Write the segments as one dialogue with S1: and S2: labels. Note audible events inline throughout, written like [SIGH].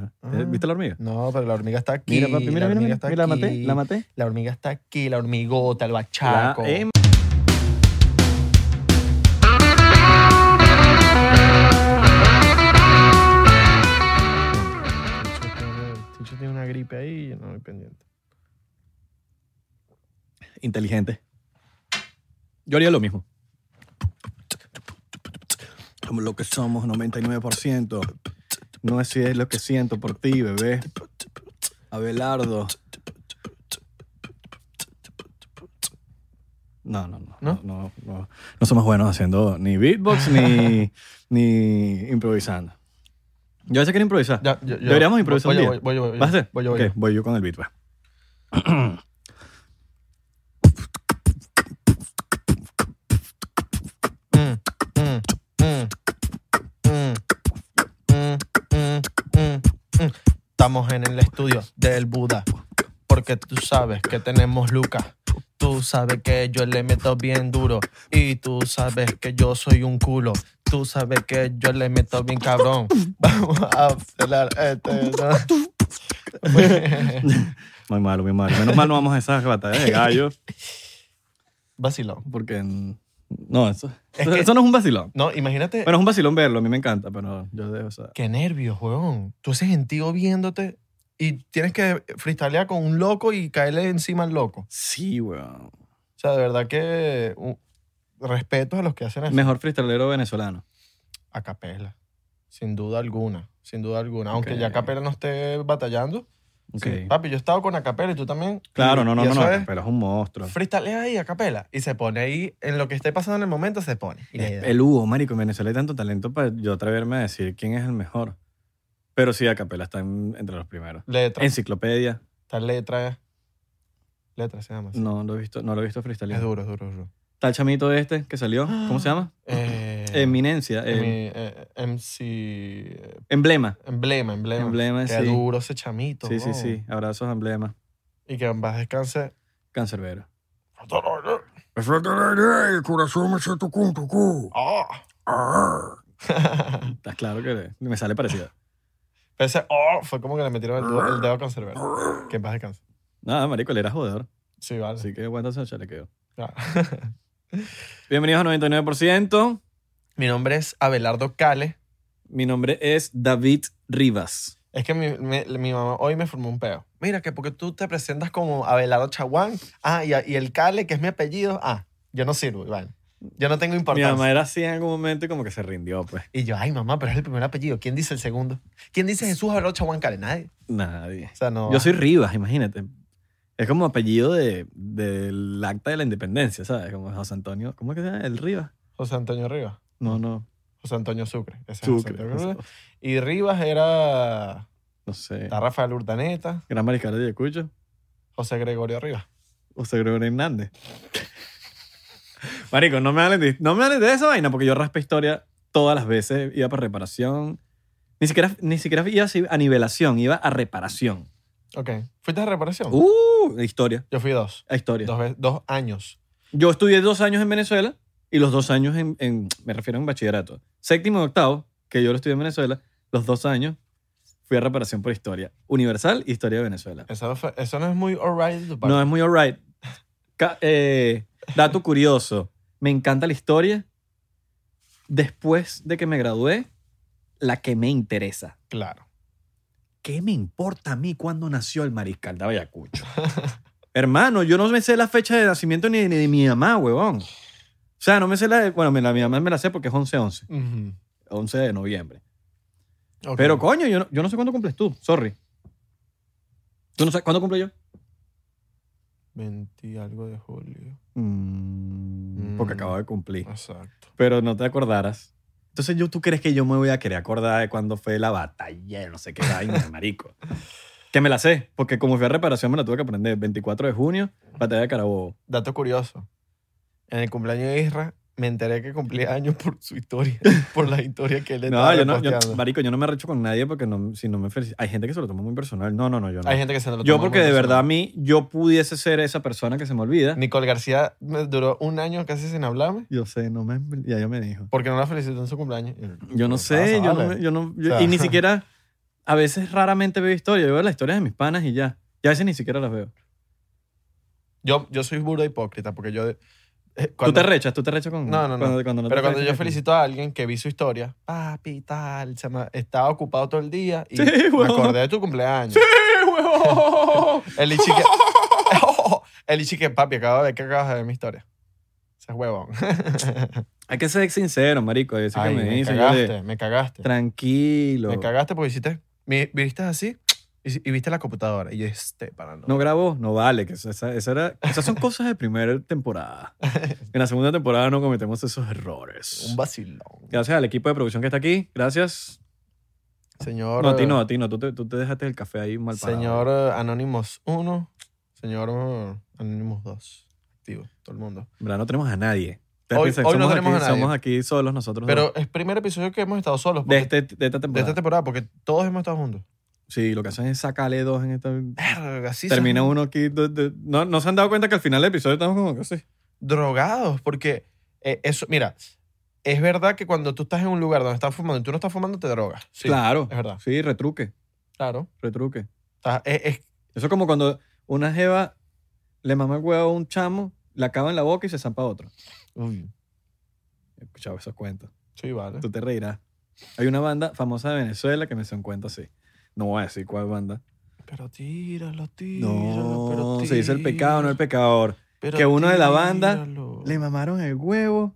S1: ¿Eh? ¿Viste la hormiga?
S2: No, pero la hormiga está aquí.
S1: Mira, papi, mira, mira,
S2: la hormiga
S1: mira.
S2: está
S1: Mira, la maté,
S2: aquí,
S1: la maté.
S2: La hormiga está aquí, la hormigota, el
S1: La
S2: bachaco.
S1: M.
S3: Ticho tiene una gripe ahí y yo no voy pendiente.
S1: Inteligente. Yo haría lo mismo. Somos lo que somos, 99%. No es si es lo que siento por ti, bebé. Abelardo. No, no, no.
S2: ¿No?
S1: No, no, no. No somos buenos haciendo ni beatbox ni, ni improvisando. Yo a veces quiero improvisar.
S2: Ya, yo- yo-
S1: Deberíamos improvisar
S2: Voy
S1: un
S2: yo,
S1: día.
S2: voy, voy yo, voy yo.
S1: ¿Vas a hacer?
S2: Voy yo, voy
S1: Ok,
S2: yo.
S1: voy yo con el beat, va.
S2: Estamos en el estudio del Buda, porque tú sabes que tenemos Lucas. Tú sabes que yo le meto bien duro y tú sabes que yo soy un culo. Tú sabes que yo le meto bien cabrón. Vamos a celar este. ¿no?
S1: Muy malo, muy malo. Menos mal no vamos a esas batallas de
S2: [LAUGHS]
S1: gallos.
S2: Vacilón.
S1: Porque. mm, No, eso.
S2: Es que-
S1: Eso no es un
S2: [LAUGHS]
S1: vacilón.
S2: No, imagínate.
S1: Bueno, es un vacilón verlo, a mí me encanta, pero yo debo. O sea,
S2: Qué nervios, weón. Tú ese gentío viéndote y tienes que freestylear con un loco y caerle encima al loco.
S1: sí, weón.
S2: O sea, de verdad que uh, respeto a los que hacen eso.
S1: Mejor freestalero venezolano.
S2: A capela. Sin duda alguna. Sin duda alguna. Aunque
S1: Ok.
S2: ya Capela no esté batallando.
S1: Ok.
S2: sí. Papi, yo he estado con Acapela y tú también.
S1: Claro,
S2: Y-
S1: no, no,
S2: y
S1: no,
S2: eso
S1: no.
S2: es,
S1: Pero es un monstruo.
S2: Freestalea ahí Acapela. Y se pone ahí, en lo que esté pasando en el momento, se pone. Y le da.
S1: El Hugo, marico, en Venezuela hay tanto talento para yo atreverme a decir quién es el mejor. Pero sí, Acapela está en- entre los primeros.
S2: letra.
S1: Enciclopedia.
S2: Esta letra. Letra se llama. así.
S1: No lo he visto, no lo he visto
S2: Es
S1: freestyle.
S2: duro, es duro,
S1: [LAUGHS]
S2: es duro.
S1: Está el chamito este que salió. ¿Cómo se llama?
S2: Eh,
S1: Eminencia. eh,
S2: Emi- eh, MC. eh,
S1: emblema.
S2: Emblema, emblema.
S1: Emblema,
S2: Qué
S1: sí.
S2: duro ese chamito.
S1: Sí, sí,
S2: weón.
S1: sí. Abrazos, a emblema.
S2: Y que en
S1: [LAUGHS]
S2: paz descanse.
S1: Cancerbero.
S2: Ah.
S1: Está claro que me sale parecido.
S2: Pero ese oh, fue como que le metieron el dedo, el dedo a Canserbero. Que en paz descanse.
S1: Nada, marico, él era jodedor.
S2: Sí, vale.
S1: Así que aguanta ese chalequeo.
S2: Ah.
S1: Bienvenidos a 99%.
S2: [LAUGHS] Mi nombre es Abelardo Cale.
S1: Mi nombre es David Rivas.
S2: Es que mi, mi- mi mamá hoy me formó un peo. Mira, que porque tú te presentas como Abelardo Chaguán. Ah, y, y el Cale, que es mi apellido. Ah, yo no sirvo, Iván. Yo no tengo
S1: Mi
S2: importancia.
S1: mamá era así en algún momento y como que se rindió, pues.
S2: Y yo, ay, mamá, pero es el primer apellido. ¿Quién dice el segundo? ¿Quién dice Jesús Abelardo Chaguán Cale? Nadie.
S1: Nadie.
S2: O sea, no.
S1: Yo soy Rivas, imagínate. Es como apellido de, del acta de la independencia, ¿sabes? Como José Antonio. ¿Cómo es que se llama? El Rivas.
S2: José Antonio Rivas.
S1: No, no.
S2: José Antonio Sucre. Ese es José
S1: Sucre.
S2: Antonio Sucre. Y Rivas era
S1: No sé.
S2: está Rafael Urdaneta,
S1: Gran Mariscal de Ayacucho.
S2: José Gregorio Rivas.
S1: José Gregorio Hernández. Marico, no me hablen de, no me hablen de esa vaina porque yo raspé historia todas las veces. Iba para reparación. Ni siquiera, ni siquiera iba así a nivelación, iba a reparación.
S2: Ok. ¿Fuiste a reparación?
S1: ¡Uh! Historia.
S2: Yo fui dos.
S1: A historia.
S2: Dos, ve- dos años.
S1: Yo estudié dos años en Venezuela y los dos años en, en- me refiero en bachillerato. Séptimo y octavo, que yo lo estudié en Venezuela, los dos años fui a reparación por historia. Universal, historia de Venezuela.
S2: Eso no, fue- eso no es muy alright de tu parte.
S1: No, es muy alright. Ca- eh, dato curioso. Me encanta la historia. Después de que me gradué, la que me interesa.
S2: Claro.
S1: ¿Qué me importa a mí cuándo nació el mariscal de Ayacucho? Hermano, yo no me sé la fecha de nacimiento ni, ni de mi mamá, huevón. O sea, no me sé la de... Bueno, me la- mi mamá me la sé porque es 11-11.
S2: Ujú.
S1: 11 de noviembre.
S2: Ok.
S1: Pero coño, yo no, yo no sé cuándo cumples tú. Sorry. ¿Tú no sabes cuándo cumple yo?
S2: 20 y algo de julio.
S1: Mm, Porque
S2: Mm.
S1: acabo de cumplir.
S2: Exacto.
S1: pero no te acordaras. Entonces, yo, ¿tú crees que yo me voy a querer acordar de cuando fue la batalla? de No sé qué vaina,
S2: [LAUGHS]
S1: marico. Que me la sé, porque como fui a reparación me la tuve que aprender. 24 de junio, batalla de Carabobo.
S2: Dato curioso. En el cumpleaños de Isra me enteré que cumplía años por su historia. [LAUGHS] por la historia que él le
S1: No,
S2: estaba
S1: yo no, yo-
S2: reposteando.
S1: marico, yo no me arrecho con nadie porque no, si no me felicito. Hay gente que se lo toma muy personal. No, no, no, yo no.
S2: Hay gente que se lo toma
S1: yo
S2: muy
S1: porque de
S2: personal.
S1: verdad a mí, yo pudiese ser esa persona que se me olvida.
S2: Nicole García me duró un año casi sin hablarme
S1: Yo sé, no me... Ya ella me dijo.
S2: porque no la felicitó en su cumpleaños. [LAUGHS]
S1: Yo no sé, yo no, me- yo no- yo-
S2: O sea.
S1: y ni siquiera a veces raramente veo historias. Yo veo las historias de mis panas y ya. Y a veces ni siquiera las veo.
S2: Yo, yo soy burda hipócrita porque yo. eh,
S1: Tú te
S2: cuando-
S1: rechas, tú te rechas con.
S2: No, no, no.
S1: cuando- cuando te
S2: Pero cuando
S1: rechas con-
S2: yo felicito a alguien que vi su historia, papi, tal, se me- estaba ocupado todo el día y
S1: Sí,
S2: me
S1: huevón.
S2: acordé de tu cumpleaños.
S1: ¡Eh, [LAUGHS] huevón!
S2: El Ichi que, [LAUGHS] el Ichi que, papi, acabo de ver que acabas de ver mi historia. Ese es huevón.
S1: Hay que ser sincero, marico. Hay veces que
S2: Ay,
S1: me
S2: me,
S1: dicen, yo
S2: cagaste,
S1: de-
S2: me cagaste.
S1: tranquilo.
S2: Me cagaste porque hiciste, mi- viste así y, y viste la computadora. Y yo, este, para no.
S1: No grabó, no vale. Que esa- esa- esa era- esas son cosas de primera
S2: [LAUGHS]
S1: temporada. En la segunda temporada no cometemos esos errores.
S2: Un vacilón.
S1: Gracias al equipo de producción que está aquí. Gracias.
S2: Señor.
S1: No, a ti
S2: eh,
S1: no, a ti no. Tú te, tú te dejaste el café ahí mal parado.
S2: Señor eh, Anonymous 1, señor eh, Anonymous 2. Activo, todo el mundo.
S1: En verdad, no tenemos a nadie. Ustedes
S2: Hoy-
S1: piensan que
S2: hoy no
S1: somos
S2: tenemos
S1: aquí-
S2: a nadie.
S1: Somos aquí solos nosotros. dos.
S2: Pero es el primer episodio que hemos estado solos.
S1: de,
S2: porque-
S1: este, de esta
S2: de
S1: temporada.
S2: esta temporada, porque todos hemos estado juntos.
S1: Sí, lo que hacen es sacarle dos en esta.
S2: Verga, así
S1: Termina
S2: son
S1: uno aquí. de- de- no, no se han dado cuenta que al final del episodio estamos como que sí.
S2: Drogados, porque eh, eso, mira, es verdad que cuando tú estás en un lugar donde están fumando y tú no estás fumando, te drogas. Sí,
S1: claro.
S2: Es verdad.
S1: Sí, retruque.
S2: Claro.
S1: Retruque.
S2: Estás- es- es-
S1: Eso es como cuando una jeva le mama el huevo a un chamo, la acaba en la boca y se zampa otro.
S2: uy,
S1: He escuchado esos cuentos.
S2: sí, vale.
S1: Tú te reirás. Hay una banda famosa de Venezuela que me hizo un cuento así. No voy a decir cuál banda.
S2: Pero tíralo, tíralo.
S1: No,
S2: pero
S1: se dice el pecado, no el
S2: tíralo,
S1: pecador.
S2: pero
S1: que uno de la banda
S2: tíralo.
S1: Le mamaron el huevo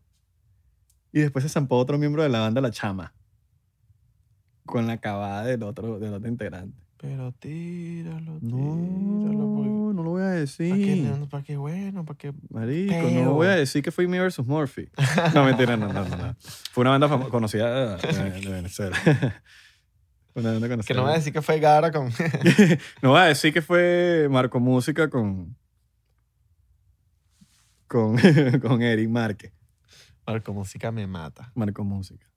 S1: y después se zampó otro miembro de la banda, la chama. Con la acabada del otro, del otro integrante.
S2: Pero tíralo, tíralo. porque-
S1: No, no lo voy a
S2: ¿Para qué,
S1: decir.
S2: Leandro? ¿Para qué bueno? ¿Para qué?
S1: Marico,
S2: Pero-
S1: no voy a decir que fue mi versus Murphy. No, mentira, no, no, no. no. Fue una banda famo- conocida eh, de, de
S2: [LAUGHS]
S1: Venezuela. Una banda
S2: Que
S1: conocida.
S2: no me a decir que fue Gara con. [LAUGHS]
S1: [LAUGHS] No voy a decir que fue Marco Música con. con, [LAUGHS] con Eric Márquez.
S2: Marco Música me mata.
S1: Marco Música.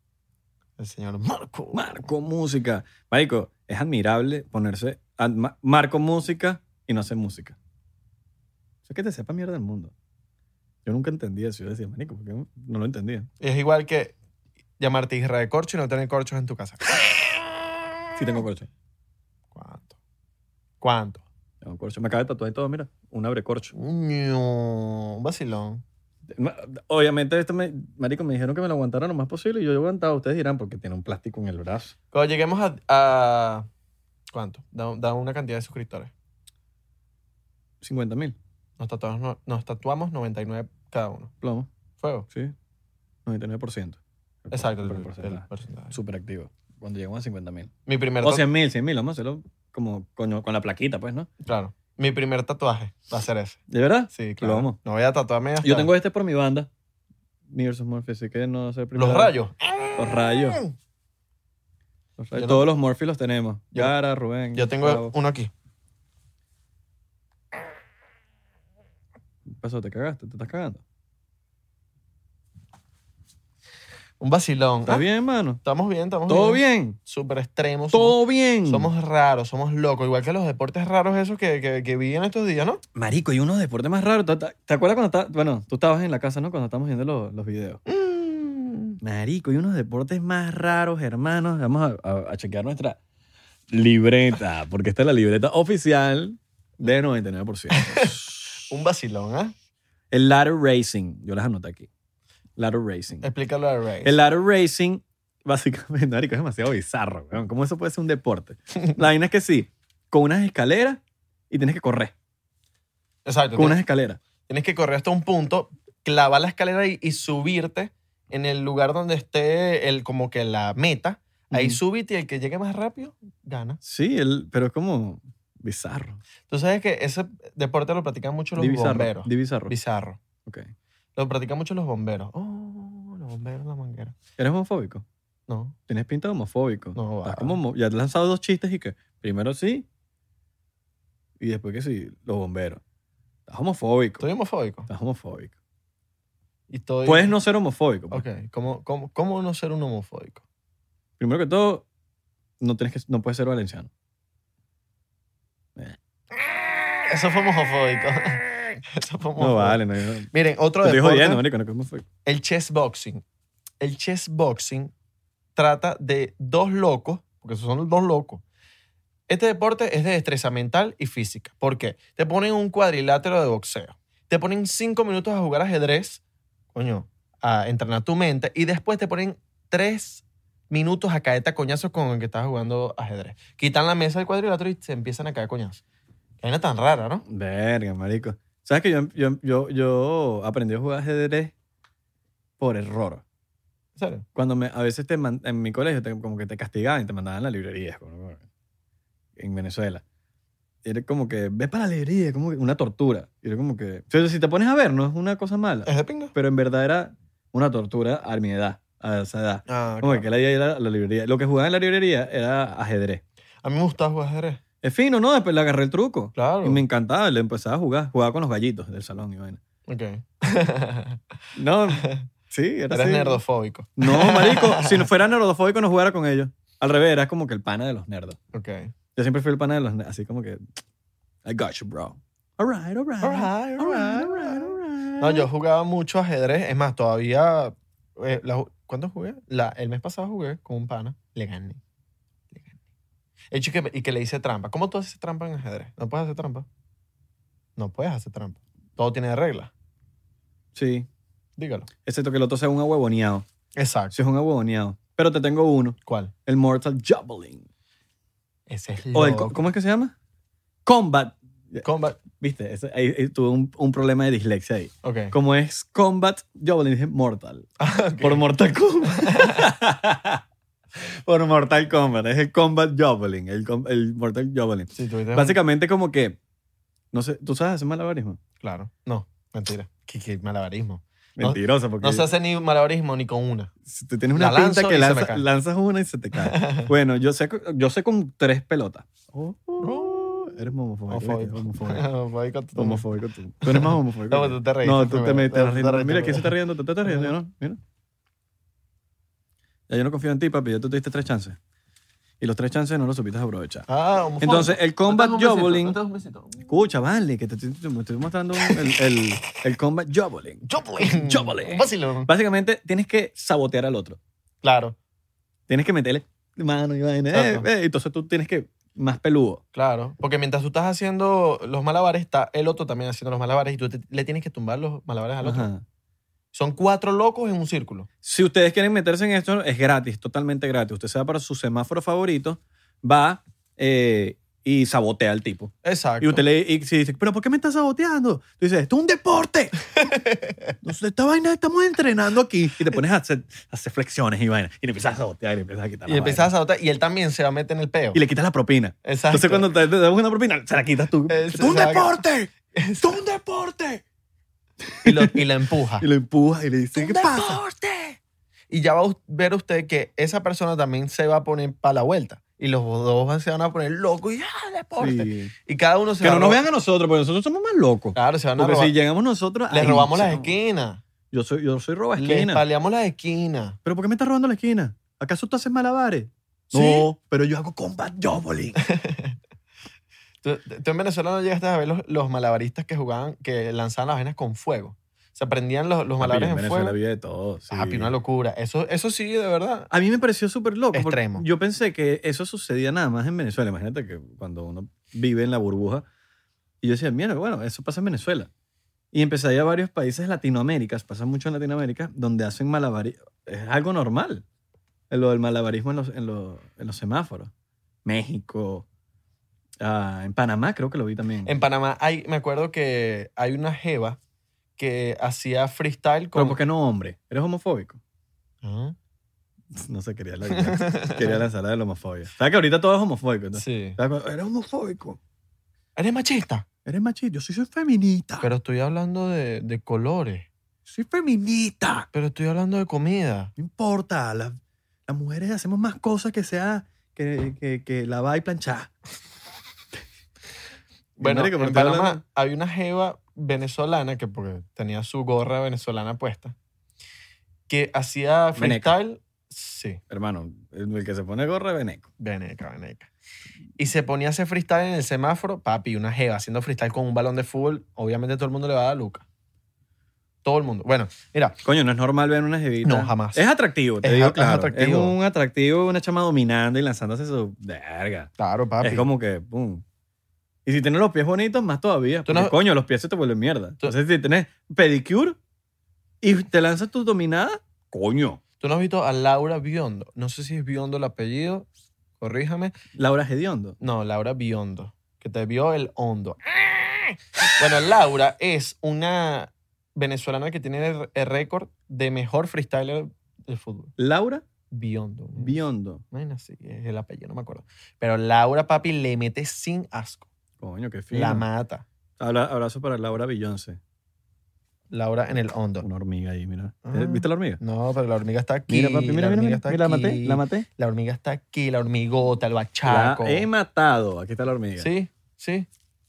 S2: El señor Marco.
S1: Marco Música. Marico, es admirable ponerse. ad- ma- Marco Música y no hacer música. Eso es que te sepa mierda del mundo. Yo nunca entendía eso. Yo decía, Marico, ¿por qué no no lo entendía?
S2: Es igual que llamarte Israel de corcho y no tener corchos en tu casa.
S1: Sí, tengo corcho.
S2: ¿Cuánto? ¿Cuánto?
S1: Tengo corcho. Me acaba de tatuar y todo, mira. Un abre corcho.
S2: No, Un vacilón.
S1: Ma- Obviamente, este me- marico, me dijeron que me lo aguantara lo más posible y yo he aguantado. Ustedes dirán, porque tiene un plástico en el brazo.
S2: Cuando lleguemos a. a- ¿Cuánto? Da, da una cantidad de suscriptores.
S1: 50 mil
S2: Nos tatuamos, no- nos tatuamos 99 cada uno.
S1: plomo,
S2: Fuego.
S1: sí. 99%. El
S2: Exacto, el,
S1: por- el
S2: el
S1: porcentaje.
S2: porcentaje.
S1: Superactivo. Cuando llegamos a 50 mil.
S2: Mi primer
S1: O
S2: tatu-
S1: 100 mil, 100 mil, vamos a hacerlo como coño, con la plaquita, pues, ¿no?
S2: Claro. Mi primer tatuaje va a ser ese.
S1: ¿De verdad?
S2: Sí, claro.
S1: vamos.
S2: No voy a tatuarme hasta
S1: Yo tengo este por mi banda. Mi versus Murphy, así que no sé primero.
S2: los rayos. Mm.
S1: Los rayos. Los rayos.
S2: Yo no-
S1: Todos los Murphy los tenemos.
S2: Yo-
S1: Yara, Rubén.
S2: Yo tengo
S1: Gustavo.
S2: uno aquí.
S1: ¿Qué pasó? ¿Te cagaste? ¿Te estás cagando?
S2: Un vacilón.
S1: ¿Estás
S2: Ah,
S1: bien, mano?
S2: Estamos bien, estamos
S1: ¿Todo bien?
S2: Súper extremos.
S1: ¿Todo bien?
S2: Somos raros, somos locos. Igual que los deportes raros esos que, que, que vi en estos días, ¿no?
S1: Marico, y uno de deportes más raros. ¿Te, te- te acuerdas cuando estabas... Bueno, tú estabas en la casa, ¿no? Cuando estábamos viendo los, los videos.
S2: Mm.
S1: Marico, y unos deportes más raros, hermanos. Vamos a, a- a chequear nuestra libreta, porque esta es la libreta oficial de 99%.
S2: Un vacilón, ¿ah?
S1: El ladder racing. Yo las anoté aquí. Ladder racing.
S2: Explícalo a Ray.
S1: El ladder racing, básicamente, marico, es demasiado bizarro. weón. ¿Cómo eso puede ser un
S2: [LAUGHS]
S1: deporte? La vaina es que sí, con unas escaleras y tienes que correr.
S2: Exacto.
S1: Con
S2: Tienes,
S1: unas escaleras.
S2: tienes que correr hasta un punto, clavar la escalera y, y subirte en el lugar donde esté el, como que la meta. Ahí
S1: Ujú.
S2: súbete y el que llegue más rápido gana.
S1: Sí, el, pero es como bizarro.
S2: Tú sabes que ese deporte lo practican mucho los
S1: Dibizarro.
S2: bomberos.
S1: Dibizarro.
S2: Bizarro.
S1: Ok.
S2: Lo practican mucho los bomberos. Oh, los bomberos, la manguera.
S1: ¿Eres homofóbico?
S2: No,
S1: Tienes pinta de homofóbico.
S2: no va.
S1: Estás como mo- ya has lanzado dos chistes y que primero sí y después que sí, los bomberos. Estás homofóbico.
S2: Estoy homofóbico.
S1: Estás homofóbico.
S2: Y estoy...
S1: Puedes no ser homofóbico. pues.
S2: Ok, ¿cómo, cómo, cómo no ser un homofóbico?
S1: Primero que todo, no, tienes que, no puedes ser valenciano.
S2: Eso fue homofóbico. [LAUGHS] Eso fue homofóbico.
S1: No vale, no. no. Te
S2: Miren, otro
S1: estoy
S2: deporte,
S1: jodiendo, marico, no es homofóbico.
S2: el chess boxing. El chess boxing trata de dos locos, porque esos son los dos locos, Este deporte es de destreza mental y física. ¿Por qué? Te ponen un cuadrilátero de boxeo. Te ponen cinco minutos a jugar ajedrez, coño, a entrenar tu mente. Y después te ponen tres minutos a caerte a coñazos con el que estás jugando ajedrez. Quitan la mesa del cuadrilátero y se empiezan a caer coñazos. Qué vaina tan rara, ¿no?
S1: Verga, marico. ¿Sabes que yo, yo, yo, yo aprendí a jugar ajedrez por error?
S2: ¿En serio?
S1: Cuando me, a veces te man- en mi colegio te- como que te castigaban y te mandaban a la librería como- en Venezuela. Y era como que, ves para la librería, como que una tortura. Y era como que, o sea, si te pones a ver, no es una cosa mala.
S2: ¿Es de pinga?
S1: Pero en verdad era una tortura a mi edad, a esa edad.
S2: Ah,
S1: Como
S2: claro.
S1: que la idea era la librería. Lo que jugaba en la librería era ajedrez.
S2: A mí me gustaba jugar ajedrez.
S1: Es fino, ¿no? Después le agarré el truco.
S2: Claro.
S1: Y me encantaba, le empezaba a jugar. Jugaba con los gallitos del salón y vaina. [LAUGHS]
S2: Ok.
S1: No, sí, era
S2: Eres
S1: así.
S2: nerdofóbico.
S1: [LAUGHS] No, marico, si no fuera nerdofóbico no jugara con ellos. Al revés, era como que el pana de los nerdos.
S2: Ok.
S1: Yo siempre fui el pana de los nerdos, así como que, I got you, bro. All right, all right.
S2: Alright, alright, alright.
S1: alright.
S2: No, yo jugaba mucho ajedrez. Es más, todavía. eh, la ju- ¿Cuándo jugué? La, el mes pasado jugué con un pana. Le gané. Le gané. Hecho que, me- y que le hice trampa. ¿Cómo tú haces trampa en ajedrez? ¿No puedes hacer trampa? No puedes hacer trampa. Todo tiene reglas.
S1: Sí,
S2: Dígalo.
S1: excepto que el otro sea un ahuevoneado.
S2: Exacto.
S1: Si es un ahuevoneado. Pero te tengo uno,
S2: ¿Cuál?
S1: el Mortal Javelin.
S2: Ese es
S1: O el,
S2: loco.
S1: ¿Cómo es que se llama? Combat.
S2: Combat.
S1: Viste, ese- ahí- ahí tuve un, un problema de dislexia ahí.
S2: Ok. [LAUGHS] Ah,
S1: Como es Combat Javelin, dije Mortal.
S2: Ok.
S1: Por Mortal Kombat. [LAUGHS] Por Mortal Kombat. Es el Combat Javelin. El, com- el Mortal Javelin.
S2: Sí, tuviste un-
S1: Básicamente como que... No sé, ¿tú sabes hacer malabarismo?
S2: Claro. No, mentira. ¿Qué, qué malabarismo? No-
S1: Mentiroso, porque
S2: No se hace ni malabarismo ni con una.
S1: si tú tienes una
S2: La lanzo
S1: pinta que
S2: y se me
S1: lanza-
S2: cae.
S1: lanzas una y se te
S2: [LAUGHS]
S1: cae. bueno, yo sé, yo sé con tres pelotas. Eres homofóbico.
S2: Oh. Homofóbico.
S1: ¿viste? Homofóbico.
S2: [LAUGHS] Homofóbico tú.
S1: Homofóbico tú. Tú eres más homofóbico.
S2: No,
S1: que
S2: tú
S1: yo.
S2: te reíste
S1: No, tú te
S2: primero.
S1: me- te
S2: No,
S1: estás
S2: tú te
S1: riendo.
S2: reíste
S1: Mira, ¿quién se está
S2: primero.
S1: riendo? Tú te estás riendo, ¿no? Mira. Ya yo no confío en ti, papi. Ya tú tuviste tres chances. Y los tres chances no los supiste aprovechar.
S2: Ah, homofóbico.
S1: Entonces, el Combat Javelin...
S2: Entonces, un besito.
S1: Escucha, vale, que te estoy, te estoy mostrando el, el, el Combat Javelin.
S2: [LAUGHS] Javelin.
S1: Javelin.
S2: Vacilón.
S1: Básicamente, tienes que sabotear al otro.
S2: Claro,
S1: Tienes que meterle mano y vaina. Eh,
S2: Exacto.
S1: eh, entonces tú tienes que más peludo.
S2: claro. Porque mientras tú estás haciendo los malabares, está el otro también haciendo los malabares y tú te- le tienes que tumbar los malabares al otro.
S1: Ajá.
S2: Son cuatro locos en un círculo.
S1: Si ustedes quieren meterse en esto, es gratis, totalmente gratis. Usted se va para su semáforo favorito, va eh, y sabotea al tipo.
S2: Exacto.
S1: Y usted le y si dice, ¿pero por qué me estás saboteando? Tú dices, esto es un
S2: [LAUGHS]
S1: deporte. Nos- esta vaina estamos entrenando aquí. Y te pones a hacer, a hacer flexiones y vaina. Y le empiezas a sabotear y le empiezas a quitar
S2: Y
S1: la
S2: empiezas a
S1: vaina.
S2: saltar y él también se va a meter en el peo.
S1: Y le quitas la propina.
S2: Exacto.
S1: Entonces cuando te, te damos una propina, se la quitas tú.
S2: Es-
S1: ¡Esto es un
S2: exacto.
S1: deporte! ¡Esto es un deporte!
S2: Y, lo- y la empuja.
S1: [LAUGHS] Y lo empujas y le dices, ¿qué pasa?
S2: Y ya va a us- ver usted que esa persona también se va a poner para la vuelta. Y los dos se van a poner locos y ¡ah, deporte!
S1: Sí.
S2: Y cada uno se
S1: Que
S2: va
S1: no
S2: a
S1: nos
S2: ro-
S1: vean a nosotros, porque nosotros somos más locos.
S2: Claro, se van a
S1: Porque
S2: robar.
S1: si llegamos nosotros.
S2: Les
S1: ahí,
S2: robamos las
S1: chamo.
S2: esquinas.
S1: Yo soy, yo soy roba
S2: Les
S1: esquina.
S2: paliamos las esquinas.
S1: ¿Pero por qué me estás robando la esquina? ¿Acaso tú haces malabares?
S2: Sí.
S1: No, pero yo hago combat javelin.
S2: Tú, tú en Venezuela no llegaste a ver los, los malabaristas que jugaban, que lanzaban las venas con fuego. Se prendían los, los malabares en fuego.
S1: vida de todo. sí.
S2: Papi, una locura. Eso, eso sí, de verdad.
S1: A mí me pareció súper loco. porque
S2: Extremo.
S1: Yo pensé que eso sucedía nada más en Venezuela. Imagínate que cuando uno vive en la burbuja. Y yo decía, mira, bueno, eso pasa en Venezuela. Y empecé a ir a varios países de Latinoamérica, pasa mucho en Latinoamérica, donde hacen malabarismo. Es algo normal. Lo del malabarismo en los, en los, en los semáforos. México. ah, en Panamá creo que lo vi también.
S2: En Panamá hay, me acuerdo que hay una jeva que hacía freestyle
S1: Pero
S2: con.
S1: ¿por qué no hombre? ¿Eres homofóbico? [LAUGHS]
S2: Ah.
S1: No sé, quería la,
S2: [LAUGHS]
S1: quería la sala de la homofobia. ¿Sabes que ahorita todo es homofóbico? ¿no?
S2: Sí.
S1: ¿Sabes cuando- Eres homofóbico.
S2: Eres machista.
S1: Eres machista. Yo soy, soy feminista.
S2: Pero estoy hablando de, de colores.
S1: soy feminista.
S2: Pero estoy hablando de comida.
S1: No importa. la- las mujeres hacemos más cosas que sea que, que, que lavar y planchar.
S2: Bueno,
S1: Marico, pero
S2: en
S1: estoy
S2: Panamá
S1: hablando-
S2: había una jeva venezolana que porque tenía su gorra venezolana puesta, que hacía
S1: Veneca.
S2: freestyle. Sí,
S1: Hermano, el, el que se pone gorra es veneco.
S2: veneca, veneca. Y se ponía a hacer freestyle en el semáforo, papi, una jeva haciendo freestyle con un balón de fútbol, obviamente todo el mundo le va a dar luca. Todo el mundo. Bueno, mira,
S1: Coño, no es normal ver una jevita.
S2: No, jamás.
S1: Es atractivo, te
S2: Es a-
S1: digo
S2: es
S1: claro. Es,
S2: atractivo.
S1: un atractivo, una chama dominando y lanzándose su... Verga.
S2: claro, papi.
S1: Es como que... Pum. Y si tienes los pies bonitos, más todavía.
S2: Tú
S1: Porque,
S2: no-
S1: coño, los pies se te vuelven mierda.
S2: Tú-
S1: Entonces, si tienes pedicure y te lanzas tus dominadas, coño.
S2: Tú no has visto a Laura Biondo. No sé si es Biondo el apellido. Corríjame.
S1: Laura Gediondo.
S2: No, Laura Biondo. Que te vio el hondo. ¡Ah! Bueno, Laura es una venezolana que tiene el, el récord de mejor freestyler del fútbol.
S1: Laura
S2: Biondo. ¿no?
S1: Biondo.
S2: Bueno, sí, es el apellido, no me acuerdo. Pero Laura, papi, le mete sin asco.
S1: Coño, qué fino.
S2: La mata.
S1: Abra- abrazo para Laura Beyoncé.
S2: Laura en el hondo.
S1: Una hormiga ahí, mira.
S2: Ah.
S1: ¿Eh? ¿Viste la hormiga?
S2: No, pero la hormiga está aquí.
S1: Mira, papi, mira,
S2: la
S1: mira, mira.
S2: hormiga está
S1: Mira, la
S2: aquí.
S1: maté, la maté.
S2: La hormiga está aquí, la hormigota, el
S1: La
S2: bachaco.
S1: he matado. Aquí está la hormiga.
S2: Sí, sí.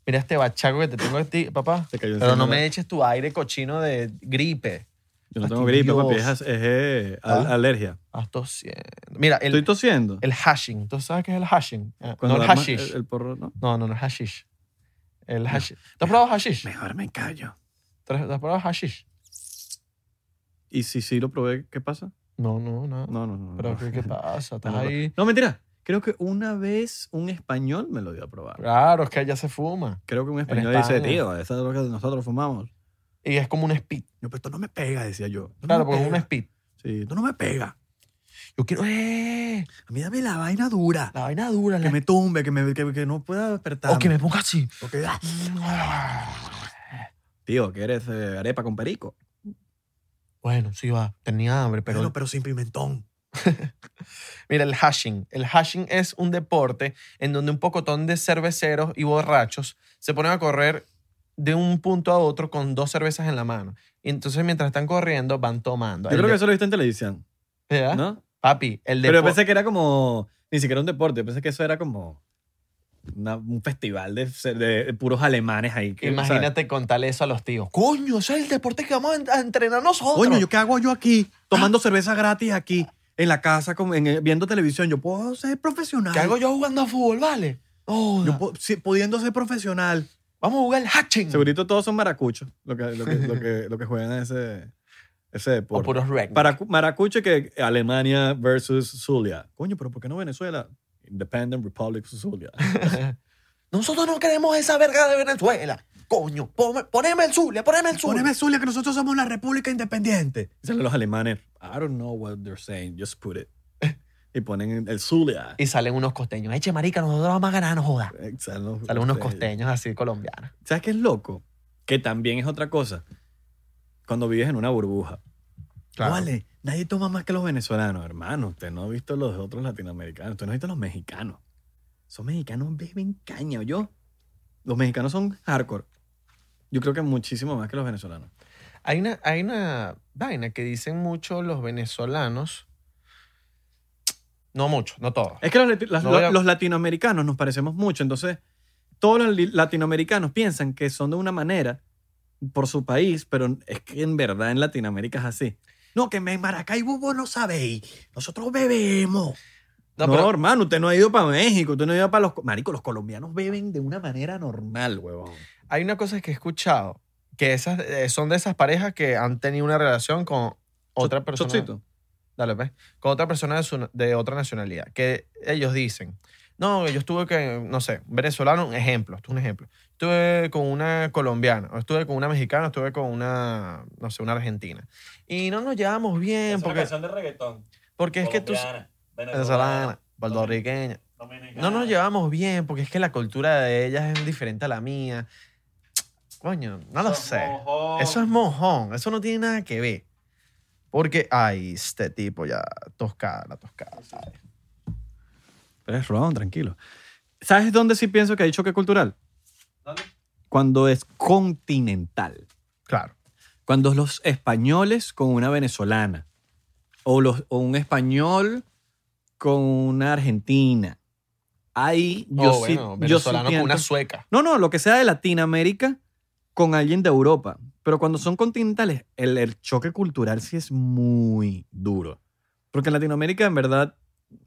S2: Mira este bachaco que te tengo a ti, papá.
S1: Se cayó
S2: Pero
S1: encima
S2: no
S1: de-
S2: me eches tu aire cochino de gripe.
S1: Yo no
S2: Ay,
S1: tengo gripe, papi. Es,
S2: Dios.
S1: as- es, eh, al-
S2: Ah.
S1: alergia.
S2: Estás tosiendo. Mira,
S1: Estoy
S2: el,
S1: tosiendo.
S2: el hashing. ¿Tú sabes qué es el hashing? Eh,
S1: Cuando
S2: no el
S1: arma-
S2: hashish.
S1: El, el porro, ¿no?
S2: No, no, no el hashish. El hashish. ¿Tú has probado hashish?
S1: Mejor me callo.
S2: ¿Tú has tú has probado hashish?
S1: ¿Y si sí lo probé, qué pasa?
S2: No, no, no.
S1: No, no, no.
S2: Pero
S1: no.
S2: ¿qué,
S1: [LAUGHS]
S2: qué pasa?
S1: No,
S2: Estás
S1: no, no.
S2: ahí.
S1: No, mentira. Creo que una vez un español me lo dio a probar.
S2: Claro, es que allá se fuma.
S1: Creo que un
S2: En
S1: español dice,
S2: España.
S1: tío, esa es lo que nosotros fumamos.
S2: Y es como un speed.
S1: Yo, pero esto no me pega, decía yo. "Esto no me
S2: Claro, porque es un
S1: pega".
S2: speed.
S1: Sí, esto no me pega.
S2: Yo quiero. ¡Eh!
S1: A mí dame la vaina dura.
S2: La vaina dura.
S1: Que
S2: La...
S1: me tumbe, que, me, que, que no pueda despertar.
S2: O que me ponga así.
S1: ah. Tío, que eres eh, arepa con perico.
S2: Bueno, sí va. Tenía hambre, pero.
S1: Bueno, pero sin pimentón.
S2: Mira, el hashing. El hashing es un deporte en donde un pocotón de cerveceros y borrachos se ponen a correr de un punto a otro con dos cervezas en la mano. Y entonces, mientras están corriendo, van tomando.
S1: Yo
S2: El
S1: creo que
S2: de-
S1: eso lo viste en televisión,
S2: ¿Verdad?
S1: ¿no?
S2: Papi, el
S1: Pero yo
S2: depo-
S1: pensé que era como. Ni siquiera un deporte. Yo pensé que eso era como. una- un festival de, de- de puros alemanes ahí. que, ¿sabes?
S2: Imagínate contarle eso a los tíos. Coño, ese es el deporte que vamos a en- a entrenar nosotros.
S1: Coño, ¿yo ¿qué hago yo aquí? Tomando
S2: ¿Ah?
S1: cerveza gratis aquí, en la casa, con- en- eh, viendo televisión. Yo puedo ser profesional.
S2: ¿Qué hago yo jugando a fútbol, vale? No,
S1: Yo puedo- sí, pudiendo ser profesional.
S2: vamos a jugar el hashing.
S1: Mm. Segurito todos son maracuchos lo que, lo que, lo [LAUGHS] que, lo que juegan a ese, ese
S2: O
S1: deporte.
S2: puros rec.
S1: Para maracucho que Alemania versus Zulia. Coño, pero ¿por qué no Venezuela? Independent Republic of Zulia.
S2: [LAUGHS] Nosotros no queremos esa verga de Venezuela. Coño, pome- poneme el Zulia, poneme el Zulia.
S1: Poneme [LAUGHS] Zulia que nosotros somos la República Independiente. Dicen los alemanes, I don't know what they're saying, just put it. Y ponen el Zulia.
S2: Y salen unos costeños. Eche, marica, nosotros vamos a ganar, no joda.
S1: Eh, Salen los
S2: Salen unos costeños así colombianos.
S1: ¿Sabes qué es loco? Que también es otra cosa. Cuando vives en una burbuja.
S2: Claro.
S1: Vale, nadie toma más que los venezolanos, hermano. Usted no ha visto los otros latinoamericanos. Usted no ha visto los mexicanos. Son mexicanos beben caña, yo. Los mexicanos son hardcore. Yo creo que muchísimo más que los venezolanos.
S2: Hay una, hay una vaina que dicen mucho los venezolanos. No mucho, no todos.
S1: Es que los, lati- las-
S2: No voy a-
S1: los- los latinoamericanos nos parecemos mucho, entonces todos los li- latinoamericanos piensan que son de una manera por su país, pero es que en verdad en Latinoamérica es así. No, que en Maracaibo vos no sabéis. Nosotros bebemos. No,
S2: No, pero
S1: hermano, usted no ha ido para México, usted no ha ido para los... co- Marico, los colombianos beben de una manera normal, huevón.
S2: hay una cosa que he escuchado, que esas eh, son de esas parejas que han tenido una relación con otra
S1: Cho-
S2: persona.
S1: chocito.
S2: Dale, pues. Con otra persona de, su- de otra nacionalidad. Que ellos dicen, no, yo estuve que, no sé, un venezolano, un ejemplo, esto es un ejemplo. Estuve con una colombiana, o estuve con una mexicana, estuve con una, no sé, una argentina. Y no nos llevamos bien porque,
S4: de reggaetón.
S2: porque es que tú... Venezolana, puertorriqueña. No nos llevamos bien porque es que la cultura de ellas es diferente a la mía. Coño, no lo sé. Eso es mojón, eso no tiene nada que ver. Porque, ay, este tipo ya, toscada, la toscada.
S1: Pero es ron, tranquilo. ¿Sabes dónde sí pienso que hay choque cultural?
S4: ¿Dónde?
S1: Cuando es continental.
S2: Claro.
S1: cuando los españoles con una venezolana o, los, o un español con una argentina. Ahí yo
S2: Yo
S1: sí,
S2: Oh, bueno,
S1: yo sí
S2: venezolano con
S1: pienso-
S2: una sueca.
S1: No, no, lo que sea de Latinoamérica con alguien de Europa. Pero cuando son continentales, el, el choque cultural sí es muy duro. Porque en Latinoamérica, en verdad,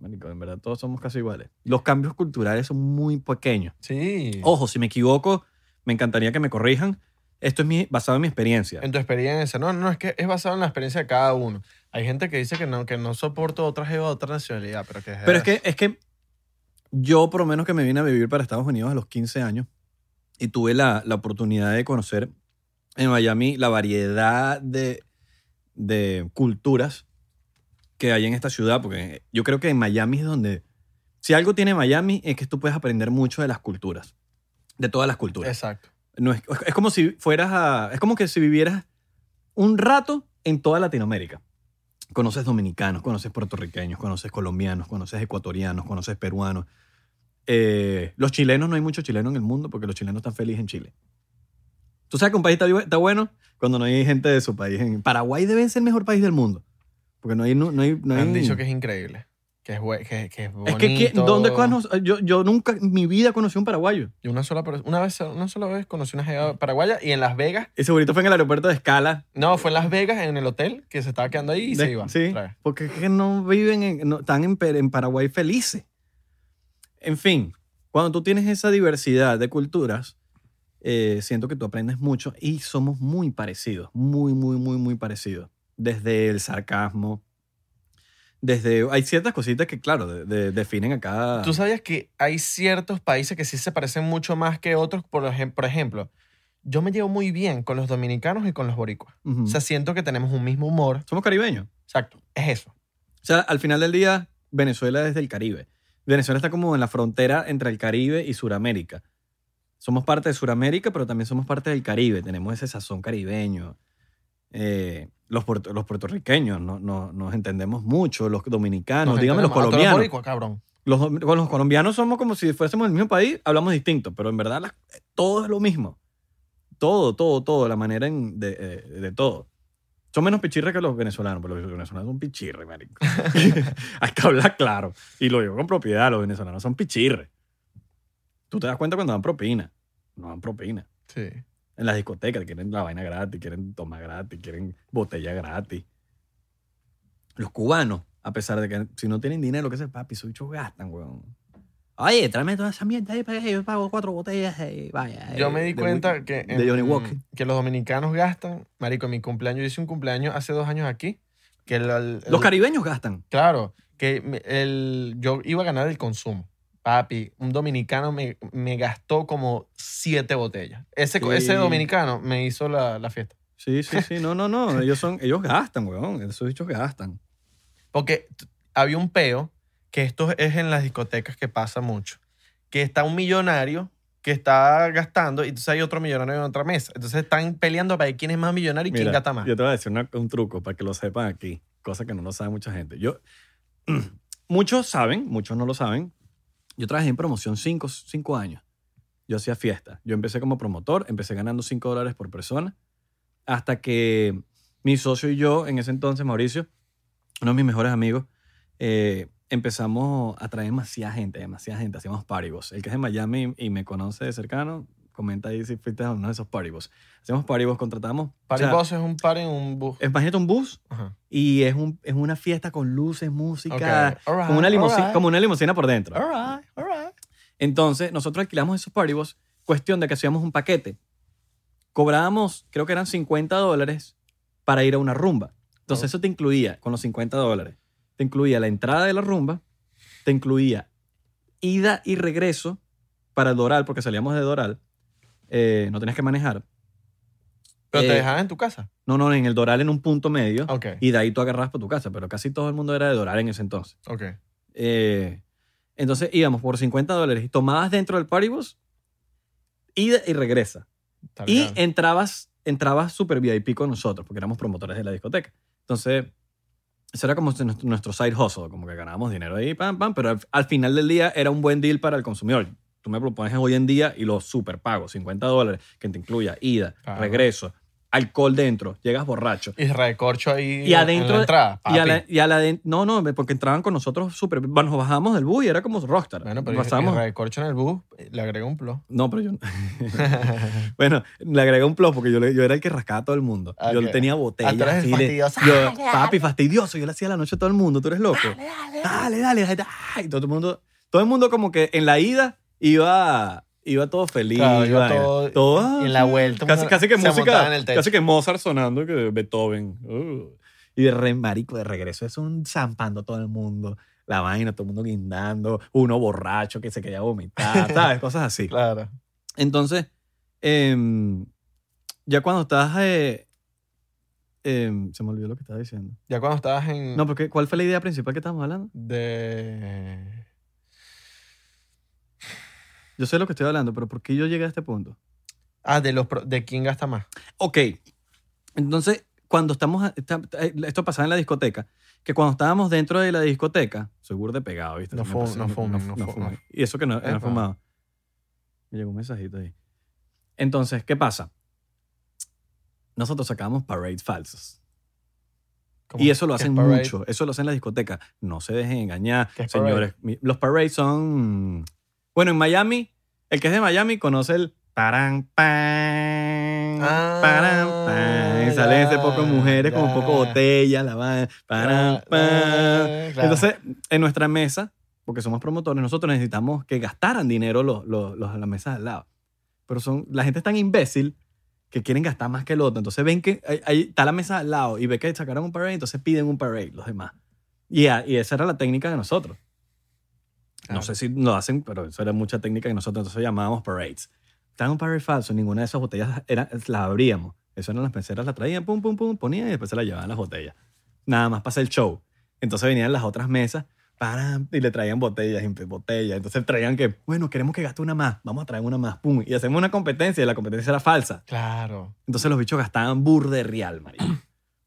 S1: marico, en verdad todos somos casi iguales. Los cambios culturales son muy pequeños.
S2: Sí.
S1: Ojo, si me equivoco, me encantaría que me corrijan. Esto es mi, basado en mi experiencia.
S2: En tu experiencia. No, no, es que es basado en la experiencia de cada uno. Hay gente que dice que no, que no soporto otra jeva de otra nacionalidad, pero que
S1: Pero es que, es que yo, por lo menos que me vine a vivir para Estados Unidos a los 15 años y tuve la, la oportunidad de conocer en Miami la variedad de, de culturas que hay en esta ciudad, porque yo creo que en Miami es donde, si algo tiene Miami es que tú puedes aprender mucho de las culturas, de todas las culturas.
S2: Exacto.
S1: No es, es como si fueras a. Es como que si vivieras un rato en toda Latinoamérica. Conoces dominicanos, conoces puertorriqueños, conoces colombianos, conoces ecuatorianos, conoces peruanos. Eh, los chilenos, no hay muchos chilenos en el mundo porque los chilenos están felices en Chile. Tú sabes que un país está, está bueno cuando no hay gente de su país. En Paraguay debe ser el mejor país del mundo. Porque no hay. No, no hay, no
S2: Han
S1: hay-
S2: dicho que es increíble. Que es, bue- que, que es
S1: Es
S2: bonito.
S1: que, ¿qué- ¿dónde conoces? Yo, yo nunca en mi vida conocí un paraguayo.
S2: Y una sola, per- una, vez, una sola vez conocí una jeva paraguaya y en Las Vegas.
S1: Y segurito fue en el aeropuerto de Escala.
S2: No, fue en Las Vegas, en el hotel, que se estaba quedando ahí y se
S1: De-
S2: iba.
S1: Sí,
S2: otra vez.
S1: porque es que no viven, en, no- están en, Per- en Paraguay felices. En fin, cuando tú tienes esa diversidad de culturas, eh, siento que tú aprendes mucho y somos muy parecidos, muy, muy, muy, muy parecidos. Desde el sarcasmo, desde... Hay ciertas cositas que, claro, de- de- definen a cada...
S2: Tú sabías que hay ciertos países que sí se parecen mucho más que otros. Por, ejem- por ejemplo, yo me llevo muy bien con los dominicanos y con los boricuas.
S1: Ujú.
S2: O sea, siento que tenemos un mismo humor.
S1: somos caribeños.
S2: Exacto, es eso.
S1: O sea, al final del día, Venezuela es del Caribe. Venezuela está como en la frontera entre el Caribe y Suramérica. Somos parte de Suramérica, pero también somos parte del Caribe. Tenemos ese sazón caribeño. Eh, los, puerto- los puertorriqueños no, no- nos entendemos mucho. Los dominicanos,
S2: Nos
S1: Ah, dígame los
S2: entendemos. A todos
S1: colombianos.
S2: boricuas, cabrón.
S1: Los, dom- con los colombianos somos como si fuésemos el mismo país, hablamos distinto, pero en verdad las- todo es lo mismo. Todo, todo, todo, la manera en- de, eh, de todo. Son menos pichirres que los venezolanos, pero los venezolanos son pichirres, marico. [LAUGHS] Hay que hablar claro. Y lo digo con propiedad, los venezolanos son pichirres. Tú te das cuenta cuando dan propina. No dan propina.
S2: Sí.
S1: En las discotecas quieren la vaina gratis, quieren toma gratis, quieren botella gratis. Los cubanos, a pesar de que si no tienen dinero, que es el papi, esos bichos gastan, weón. Oye, tráeme toda esa mierda ahí para que yo pago cuatro botellas y vaya.
S2: Yo
S1: eh,
S2: me di
S1: de
S2: cuenta
S1: whisky,
S2: que,
S1: de Johnny
S2: en-
S1: Walker.
S2: que los dominicanos gastan. Marico, en mi cumpleaños, yo hice un cumpleaños hace dos años aquí. Que el- el-
S1: Los
S2: el-
S1: caribeños gastan.
S2: Claro, que me- el, yo iba a ganar el consumo. Papi, un dominicano me, me gastó como siete botellas. Ese, co- ese
S1: Sí.
S2: dominicano me hizo la, la fiesta.
S1: Sí, sí, sí. No, no, no. Ellos, son, ellos gastan, weón. Esos bichos gastan.
S2: Porque t- había un peo, que esto es en las discotecas que pasa mucho, que está un millonario que está gastando y entonces hay otro millonario en otra mesa. Entonces están peleando para ver quién es más millonario y quién
S1: Mira,
S2: gasta más.
S1: Yo te voy a decir una- un truco para que lo sepan aquí, cosa que no lo sabe mucha gente. Yo, [CLEARS THROAT] muchos saben, muchos no lo saben. Yo trabajé en promoción cinco, cinco años. Yo hacía fiesta. Yo empecé como promotor, empecé ganando 5 dólares por persona, hasta que mi socio y yo, en ese entonces, Mauricio, uno de mis mejores amigos, eh, empezamos a traer demasiada gente, demasiada gente. Hacíamos paribos. El que es de Miami y, y me conoce de cercano, comenta ahí si fuiste a uno de esos paribos. Hacíamos paribos, contratamos. o
S2: Party
S1: sea,
S2: bus es un par en un bus.
S1: Imagínate un bus
S2: Ajá.
S1: y es, un, es una fiesta con luces, música,
S2: Ok, alright,
S1: como, una limusina,
S2: alright,
S1: como una limusina por dentro.
S2: alright, alright.
S1: Entonces, nosotros alquilamos esos party bus, cuestión de que hacíamos un paquete. Cobrábamos, creo que eran 50 dólares para ir a una rumba. Entonces,
S2: Oh.
S1: eso te incluía, con los 50 dólares, te incluía la entrada de la rumba, te incluía ida y regreso para Doral, porque salíamos de Doral. Eh, no tenías que manejar.
S2: Pero te
S1: Eh,
S2: dejaban en tu casa.
S1: No, no, en el Doral, en un punto medio.
S2: Ok,
S1: Y de ahí tú agarrabas para tu casa, pero casi todo el mundo era de Doral en ese entonces.
S2: ok.
S1: Eh, entonces íbamos por 50 dólares y tomabas dentro del paribus, ida y regresa.
S2: Está
S1: Y
S2: bien.
S1: entrabas entrabas super VIP con nosotros, porque éramos promotores de la discoteca. Entonces, eso era como nuestro- nuestro side hustle, como que ganábamos dinero ahí, pam, pam, pero al, al final del día era un buen deal para el consumidor. Tú me propones hoy en día y lo super pago, 50 dólares, que te incluya ida,
S2: Claro.
S1: regreso, alcohol dentro, llegas borracho.
S2: Y recorcho ahí
S1: Y
S2: en- en
S1: adentro-
S2: la entrada.
S1: Y a,
S2: papi.
S1: la, y a la de- No, no, porque entraban con nosotros súper. bueno, Nos bajábamos del bus y era como rockstar.
S2: Bueno, pero
S1: Pasábamos-
S2: el recorcho en el bus eh, le agrega un plo.
S1: No, pero yo. [LAUGHS]
S2: [LAUGHS]
S1: bueno, le agregué un plus porque yo, le- yo era el que rascaba a todo el mundo. Yo
S2: Ok.
S1: tenía botellas.
S2: Ah, tú eres el
S1: así de-
S2: fastidioso.
S1: yo, papi, fastidioso. Yo le hacía la noche a todo el mundo. Tú eres loco. Dale, dale. dale, dale. Y todo el mundo. Todo el mundo, como que en la ida iba Iba todo feliz.
S2: Claro, iba
S1: vaina.
S2: todo-
S1: todo
S2: [LAUGHS] y en la vuelta,
S1: Casi,
S2: uno
S1: casi que
S2: se montaba en
S1: música.
S2: el techo.
S1: Casi que Mozart sonando que Beethoven. Uh. Y de re marico, de regreso es un zampando todo el mundo. La vaina, todo el mundo guindando. Uno borracho que se quería vomitar, [LAUGHS] ¿sabes? Cosas así.
S2: Claro.
S1: Entonces, em, ya cuando estás. eh, em, se me olvidó lo que estaba diciendo.
S2: Ya cuando estabas en.
S1: No, porque ¿cuál fue la idea principal que estábamos hablando?
S2: De.
S1: Yo sé lo que estoy hablando, pero ¿por qué yo llegué a este punto?
S2: Ah, de los pro- de quién gasta más.
S1: Ok. Entonces, cuando estamos. a- esta- eh, esto pasaba en la discoteca. Que cuando estábamos dentro de la discoteca, seguro de pegado, ¿viste?
S2: No
S1: Me
S2: fu-
S1: parece-
S2: no fumen, no
S1: no
S2: fumen.
S1: fumen. Y eso que no, no he
S2: Epa.
S1: fumado. Me llegó un mensajito ahí. Entonces, ¿qué pasa? Nosotros sacamos parades falsas.
S2: ¿Cómo?
S1: Y eso lo
S2: ¿Qué
S1: hacen
S2: es parade?
S1: mucho. Eso lo hacen en las discotecas. No se dejen engañar,
S2: ¿Qué es parade?
S1: señores. Mi- Los parades son. Bueno, en Miami, el que es de Miami conoce el. Paran, pan,
S2: Ah,
S1: paran, pan. Y
S2: ya,
S1: Salen ese poco de mujeres con un
S2: ya.
S1: poco de botella, la van. Paran,
S2: Ah,
S1: pan.
S2: ah, claro.
S1: Entonces, en nuestra mesa, porque somos promotores, nosotros necesitamos que gastaran dinero los, los, los- las mesas al lado. Pero son, la gente es tan imbécil que quieren gastar más que el otro. Entonces ven que ahí- ahí está la mesa al lado y ve que sacaron un parade, entonces piden un parade los demás. Y, a- y esa era la técnica de nosotros.
S2: Claro.
S1: No sé si lo hacen, pero eso era mucha técnica que nosotros entonces llamábamos parades. Estaba un parade falso, ninguna de esas botellas era, las abríamos. Eso eran las meseras, las traían, pum, pum, pum, ponían y después se las llevaban las botellas. Nada más para hacer el show. Entonces venían las otras mesas param, y le traían botellas, y pues, botellas. Entonces traían que, bueno, queremos que gaste una más, vamos a traer una más, pum. Y hacemos una competencia y la competencia era falsa.
S2: Claro.
S1: Entonces los bichos gastaban burde real, marico.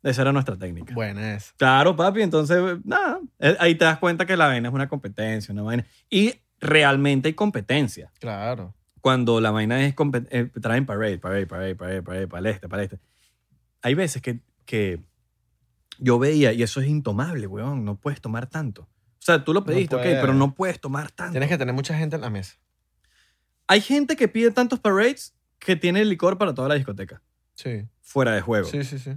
S1: Esa era nuestra técnica.
S2: Buena es.
S1: Claro, papi. Entonces, nada. Eh, Ahí te das cuenta que la vaina es una competencia, una vaina. Y realmente hay competencia.
S2: Claro.
S1: Cuando la vaina es. compet- eh, traen parade, parade, parade, parade, parade, para este, para este. Hay veces que, que yo veía, y eso es intomable, weón. No puedes tomar tanto. O sea, tú lo
S2: No
S1: pediste, ok,
S2: puedes.
S1: pero no puedes tomar tanto.
S2: Tienes que tener mucha gente en la mesa.
S1: Hay gente que pide tantos parades que tiene licor para toda la discoteca.
S2: Sí.
S1: Fuera de juego.
S2: Sí, sí, sí.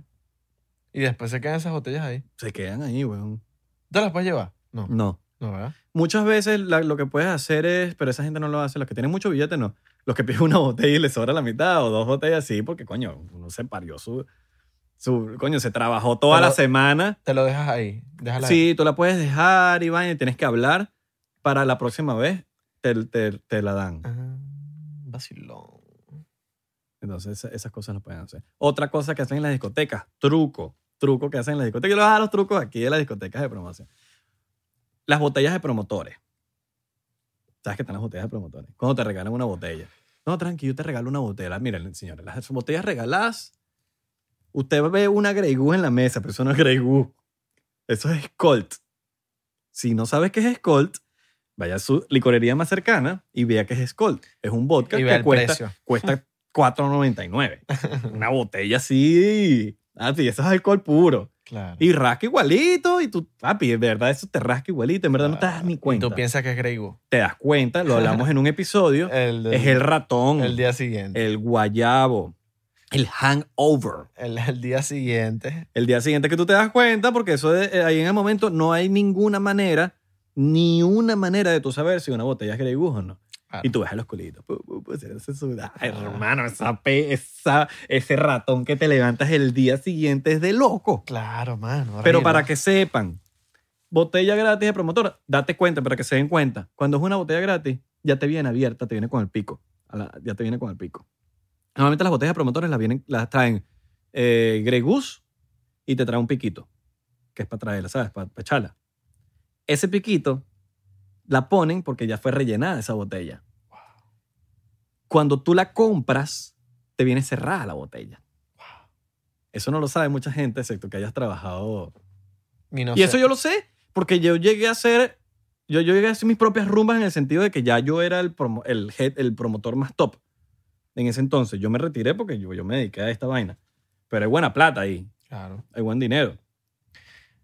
S2: Y después se quedan esas botellas ahí.
S1: Se quedan ahí, weón.
S2: ¿Tú las puedes llevar? No.
S1: No.
S2: No, ¿verdad?
S1: Muchas veces la- lo que puedes hacer es, pero esa gente no lo hace, los que tienen mucho billete no. Los que piden una botella y les sobra la mitad o dos botellas, sí, porque coño, uno se parió su. su coño, se trabajó toda
S2: Pero-
S1: la semana.
S2: Te lo dejas ahí. Déjala ahí.
S1: Sí, tú la puedes dejar, Iván, y tienes que hablar para la próxima vez. Te, te- te la dan.
S2: Ah, vacilón.
S1: Entonces, esa- esas cosas las pueden hacer. Otra cosa que hacen en las discotecas, truco. Truco que hacen en las discotecas. Yo les voy a dar los trucos aquí de las discotecas de promoción. Las botellas de promotores. ¿Sabes que están las botellas de promotores? Cuando te regalan una botella. No, tranqui, yo te regalo una botella. Miren, señores, las botellas regaladas. Usted ve una Grey Goose en la mesa, pero eso no es Grey Goose. Eso es Colt. Si no sabes qué es Colt, vaya a su licorería más cercana y vea qué es Colt. Es un vodka
S2: Y ve
S1: que
S2: el
S1: cuesta
S2: precio.
S1: cuesta
S2: [LAUGHS]
S1: 4.99. Una botella así. Papi, eso es alcohol puro.
S2: Claro.
S1: Y rasca igualito. Y tú, papi, en verdad, eso te rasca igualito. En verdad, no te das ni cuenta.
S2: tú piensas que es Grey Goo.
S1: Te das cuenta, lo hablamos en un episodio.
S2: [LAUGHS] El, del-
S1: es el ratón,
S2: el día siguiente.
S1: el guayabo, el hangover.
S2: El, el día siguiente.
S1: El día siguiente que tú te das cuenta, porque eso de- eh, ahí en el momento no hay ninguna manera, ni una manera de tú saber si una botella es Grey Goose o no.
S2: Claro.
S1: Y tú ves a los culitos. pu, pu, pu, se- se suda. Ay, hermano, esa, pe- esa- ese ratón que te levantas el día siguiente es de loco.
S2: Claro, mano.
S1: Pero
S2: horrible.
S1: para que sepan, botella gratis de promotor, date cuenta para que se den cuenta. Cuando es una botella gratis, ya te viene abierta, te viene con el pico. A la- ya te viene con el pico. Normalmente las botellas de promotores las, vienen, las traen eh, Grey Goose y te trae un piquito, que es para traerla, ¿sabes? Para, para echarla. Ese piquito la ponen porque ya fue rellenada esa botella. Cuando tú la compras, te viene cerrada la botella. Eso no lo sabe mucha gente, excepto que hayas trabajado
S2: Y, no
S1: y
S2: sé.
S1: eso yo lo sé, porque yo llegué a hacer, yo, yo llegué a hacer mis propias rumbas en el sentido de que ya yo era el, promo- el, head- el promotor más top en ese entonces. Yo me retiré porque yo, yo me dediqué a esta vaina. Pero hay buena plata ahí,
S2: Claro.
S1: hay buen dinero.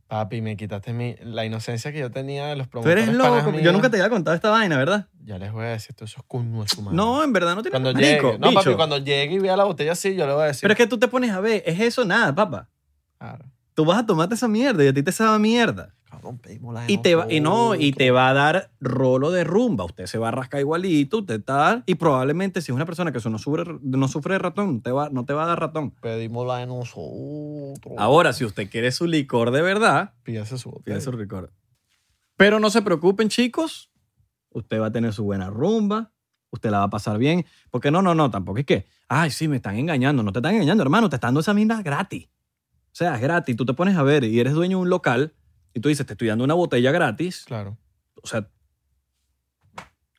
S2: Papi, me quitaste mi, la inocencia que yo tenía de los
S1: Tú
S2: promotores.
S1: eres loco,
S2: panas
S1: yo
S2: míos.
S1: nunca te había contado esta vaina, ¿verdad?
S2: Ya les voy a decir, todo eso es cuño de su madre.
S1: No, en verdad no tiene
S2: cuando llegue.
S1: marico,
S2: no, papi,
S1: bicho.
S2: cuando llegue y vea la botella así, yo le voy a decir.
S1: Pero es que tú te pones a ver, es eso nada, papá.
S2: Claro.
S1: Tú vas a tomarte esa mierda y a ti te sabe a mierda.
S2: Cómo rompimos la
S1: Y te, va, y no, y te va a dar rolo de rumba. Usted se va a rascar igualito, usted está. Y probablemente si es una persona que eso no sufre, no sufre de ratón, te va, no te va a dar ratón.
S2: Pedimos la de nosotros.
S1: Ahora, si usted quiere su licor de verdad,
S3: Pídase su botella.
S1: pide su licor. Pero no se preocupen, chicos. Usted va a tener su buena rumba. Usted la va a pasar bien. Porque no, no, no, tampoco es que, ay, sí, me están engañando. No te están engañando, hermano. Te están dando esa mina gratis. O sea, es gratis. Tú te pones a ver y eres dueño de un local y tú dices, te estoy dando una botella gratis.
S3: Claro.
S1: O sea,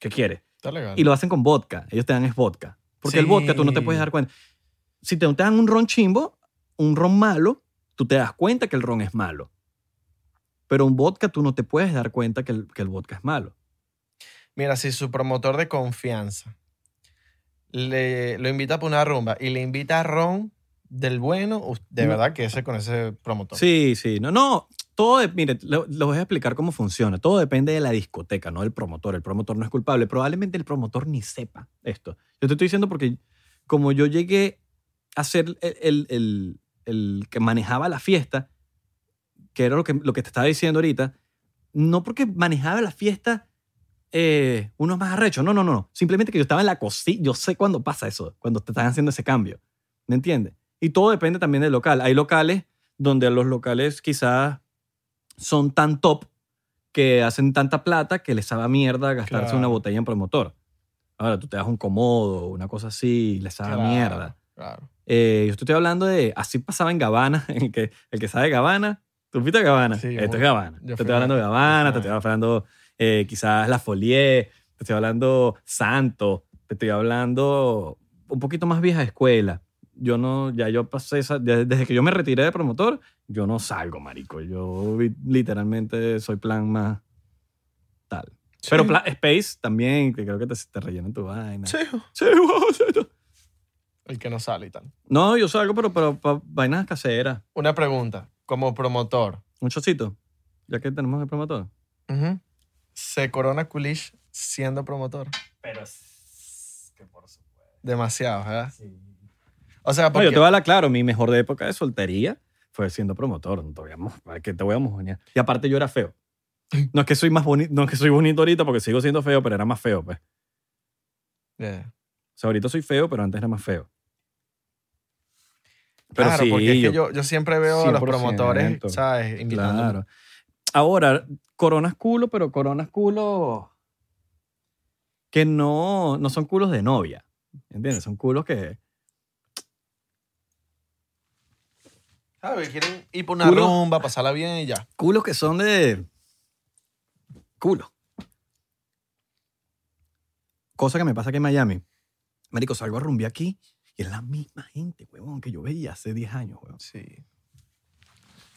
S1: ¿qué quieres?
S3: Está legal.
S1: Y lo hacen con vodka. Ellos te dan es vodka. Porque el
S2: Sí.
S1: vodka tú no te puedes dar cuenta. Si te, te dan un ron chimbo, un ron malo, tú te das cuenta que el ron es malo. Pero un vodka tú no te puedes dar cuenta que el, que el vodka es malo.
S2: Mira, si su promotor de confianza le, lo invita para una rumba y le invita a Ron del bueno, us- de
S1: No.
S2: verdad que ese con ese promotor.
S1: Sí, sí. No, no. Todo, de- mire, lo- les voy a explicar cómo funciona. Todo depende de la discoteca, no del promotor. El promotor no es culpable. Probablemente el promotor ni sepa esto. Yo te estoy diciendo porque como yo llegué a ser el, el- el- el que manejaba la fiesta, que era lo que, lo que te estaba diciendo ahorita, no porque manejaba la fiesta eh, uno más arrecho, no, no, no, no. Simplemente que yo estaba en la cocina, yo sé cuándo pasa eso, cuando te están haciendo ese cambio, ¿me entiendes? Y todo depende también del local. Hay locales donde los locales quizás son tan top que hacen tanta plata que les sabe a mierda gastarse
S3: Claro.
S1: una botella en promotor. Ahora tú te das un comodo, una cosa así, y les sabe a
S2: Claro,
S1: mierda.
S2: Claro.
S1: Eh, yo te estoy hablando de. Así pasaba en Gavana. En que, [LAUGHS] el que sabe Gavana. ¿Tú viste Gavana?
S3: Sí, yo
S1: Esto
S3: fui-
S1: es Gavana.
S3: yo
S1: Te
S3: fui
S1: estoy hablando de Gavana, te estoy hablando eh, quizás La Folie, te estoy hablando Santo, te estoy hablando un poquito más vieja escuela. Yo no, ya yo pasé esa. de- Desde que yo me retiré de promotor, yo no salgo, marico. Yo vi- literalmente soy plan más tal. Pero plan, Space también, que creo que te, te rellenan tu vaina.
S3: Sí.
S1: sí, [LAUGHS] wow, sí, sí.
S2: El que no sale y tal.
S1: No, yo salgo, pero para vainas caseras.
S2: Una pregunta, como promotor,
S1: Un chocito. Ya que tenemos el promotor.
S2: ¿se corona Kulish siendo promotor?
S1: Pero es que por supuesto.
S2: Demasiado, ¿verdad? O sea,
S1: No,
S2: Ah, porque
S1: yo te voy a hablar claro. Mi mejor de época de soltería fue siendo promotor. No te voy a mo- ¿para qué te voy a mojonear? Y aparte yo era feo. No es que soy más bonito, no es que soy bonito ahorita porque sigo siendo feo, pero era más feo, pues. O
S2: Yeah.
S1: sea, ahorita soy feo, pero antes era más feo. Pero
S2: claro,
S1: sí,
S2: porque es que
S1: yo-
S2: yo, yo siempre veo a los
S3: 100%.
S2: promotores, ¿sabes? Invitando.
S1: Claro. Ahora, coronas culo, pero coronas culo que no, no son culos de novia. ¿Entiendes? Son culos que.
S2: ¿Sabes? Quieren ir por una
S1: Culo.
S2: rumba, pasarla bien y ya.
S1: Culos que son de. Culo. Cosa que me pasa aquí en Miami. Marico, salgo a rumbear aquí y es la misma gente, huevón, que yo veía hace 10 años, huevón.
S2: Sí.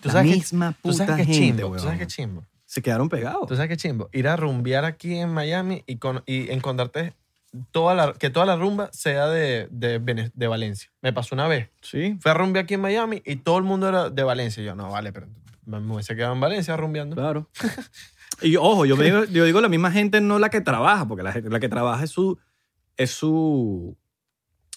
S2: ¿Tú
S1: La
S2: sabes, que,
S1: misma
S2: tú
S1: puta
S2: sabes que es
S1: gente,
S2: chimbo? ¿Tú sabes
S1: huevón.
S2: que es chimbo?
S1: Se quedaron pegados.
S2: ¿Tú sabes qué chimbo? Ir a rumbear aquí en Miami y, con, y encontrarte toda la, que toda la rumba sea de, de, Vene- de Valencia. Me pasó una vez.
S1: Sí,
S2: Fui a rumbear aquí en Miami y todo el mundo era de Valencia. Y yo, no, vale, pero me me hubiese quedado en Valencia rumbeando.
S1: Claro. Y ojo, yo, me digo, yo digo la misma gente, no la que trabaja, porque la, gente- la que trabaja es su. Es su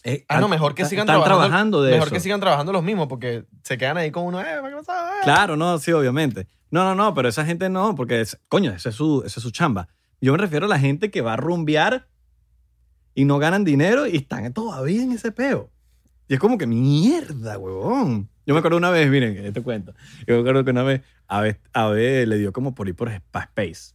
S1: eh,
S2: Ah, no,
S1: están-
S2: mejor que sigan
S1: están
S2: trabajando.
S1: trabajando de
S2: Mejor
S1: eso.
S2: que sigan trabajando los mismos porque se quedan ahí con uno. Eh, ¿qué pasa? Eh".
S1: Claro, no, sí, obviamente. No, no, no, pero esa gente no, porque, es- coño, esa es, su, esa es su chamba. Yo me refiero a la gente que va a rumbear y no ganan dinero y están todavía en ese peo. Y es como que mierda, huevón. Yo me acuerdo una vez, miren, este cuento. Yo me acuerdo que una vez Ave, Ave le dio como por ir por Spa- Space.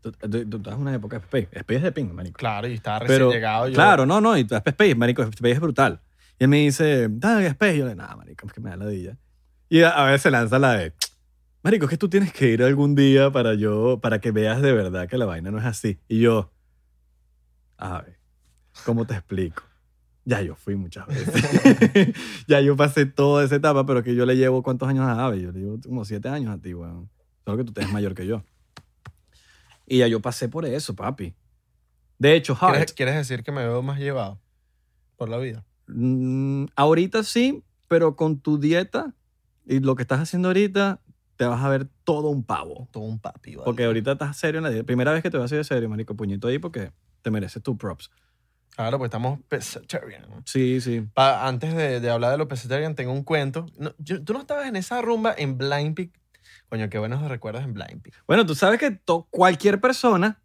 S1: Tú, tú, tú estás en una época de Space. Space es de ping, marico.
S2: Claro, y estaba recién
S1: Pero,
S2: llegado. Yo,
S1: Claro, no, no, y tú, Space, marico, Space es brutal. Y él me dice, dale Space. Yo le digo, nada, marico, es que me da ladilla. Y a, a veces se lanza la de, marico, es que tú tienes que ir algún día para yo, para que veas de verdad que la vaina no es así. Y yo, a ver, ¿cómo te explico? Ya yo fui muchas veces. [LAUGHS] ya yo pasé toda esa etapa, pero que yo le llevo cuántos años a Ave. Yo le llevo como siete años a ti, weón. Solo que tú te eres mayor que yo. Y ya yo pasé por eso, papi. De hecho, Hart,
S2: ¿Quieres, quieres decir que me veo más llevado por la vida?
S1: Mm, ahorita sí, pero con tu dieta y lo que estás haciendo ahorita, te vas a ver todo un pavo.
S2: Todo un papi, ¿vale?
S1: Porque ahorita estás serio en la dieta. Primera vez que te vas a hacer serio, marico. Puñito ahí porque te mereces tus props.
S2: Claro, pues estamos pescatarian. ¿no?
S1: Sí, sí.
S2: Pa- antes de, de hablar de lo pescatarian, tengo un cuento. No, yo- tú no estabas en esa rumba en Blind Peak Coño, qué buenos recuerdos en Blind Pig.
S1: Bueno, tú sabes que to- cualquier persona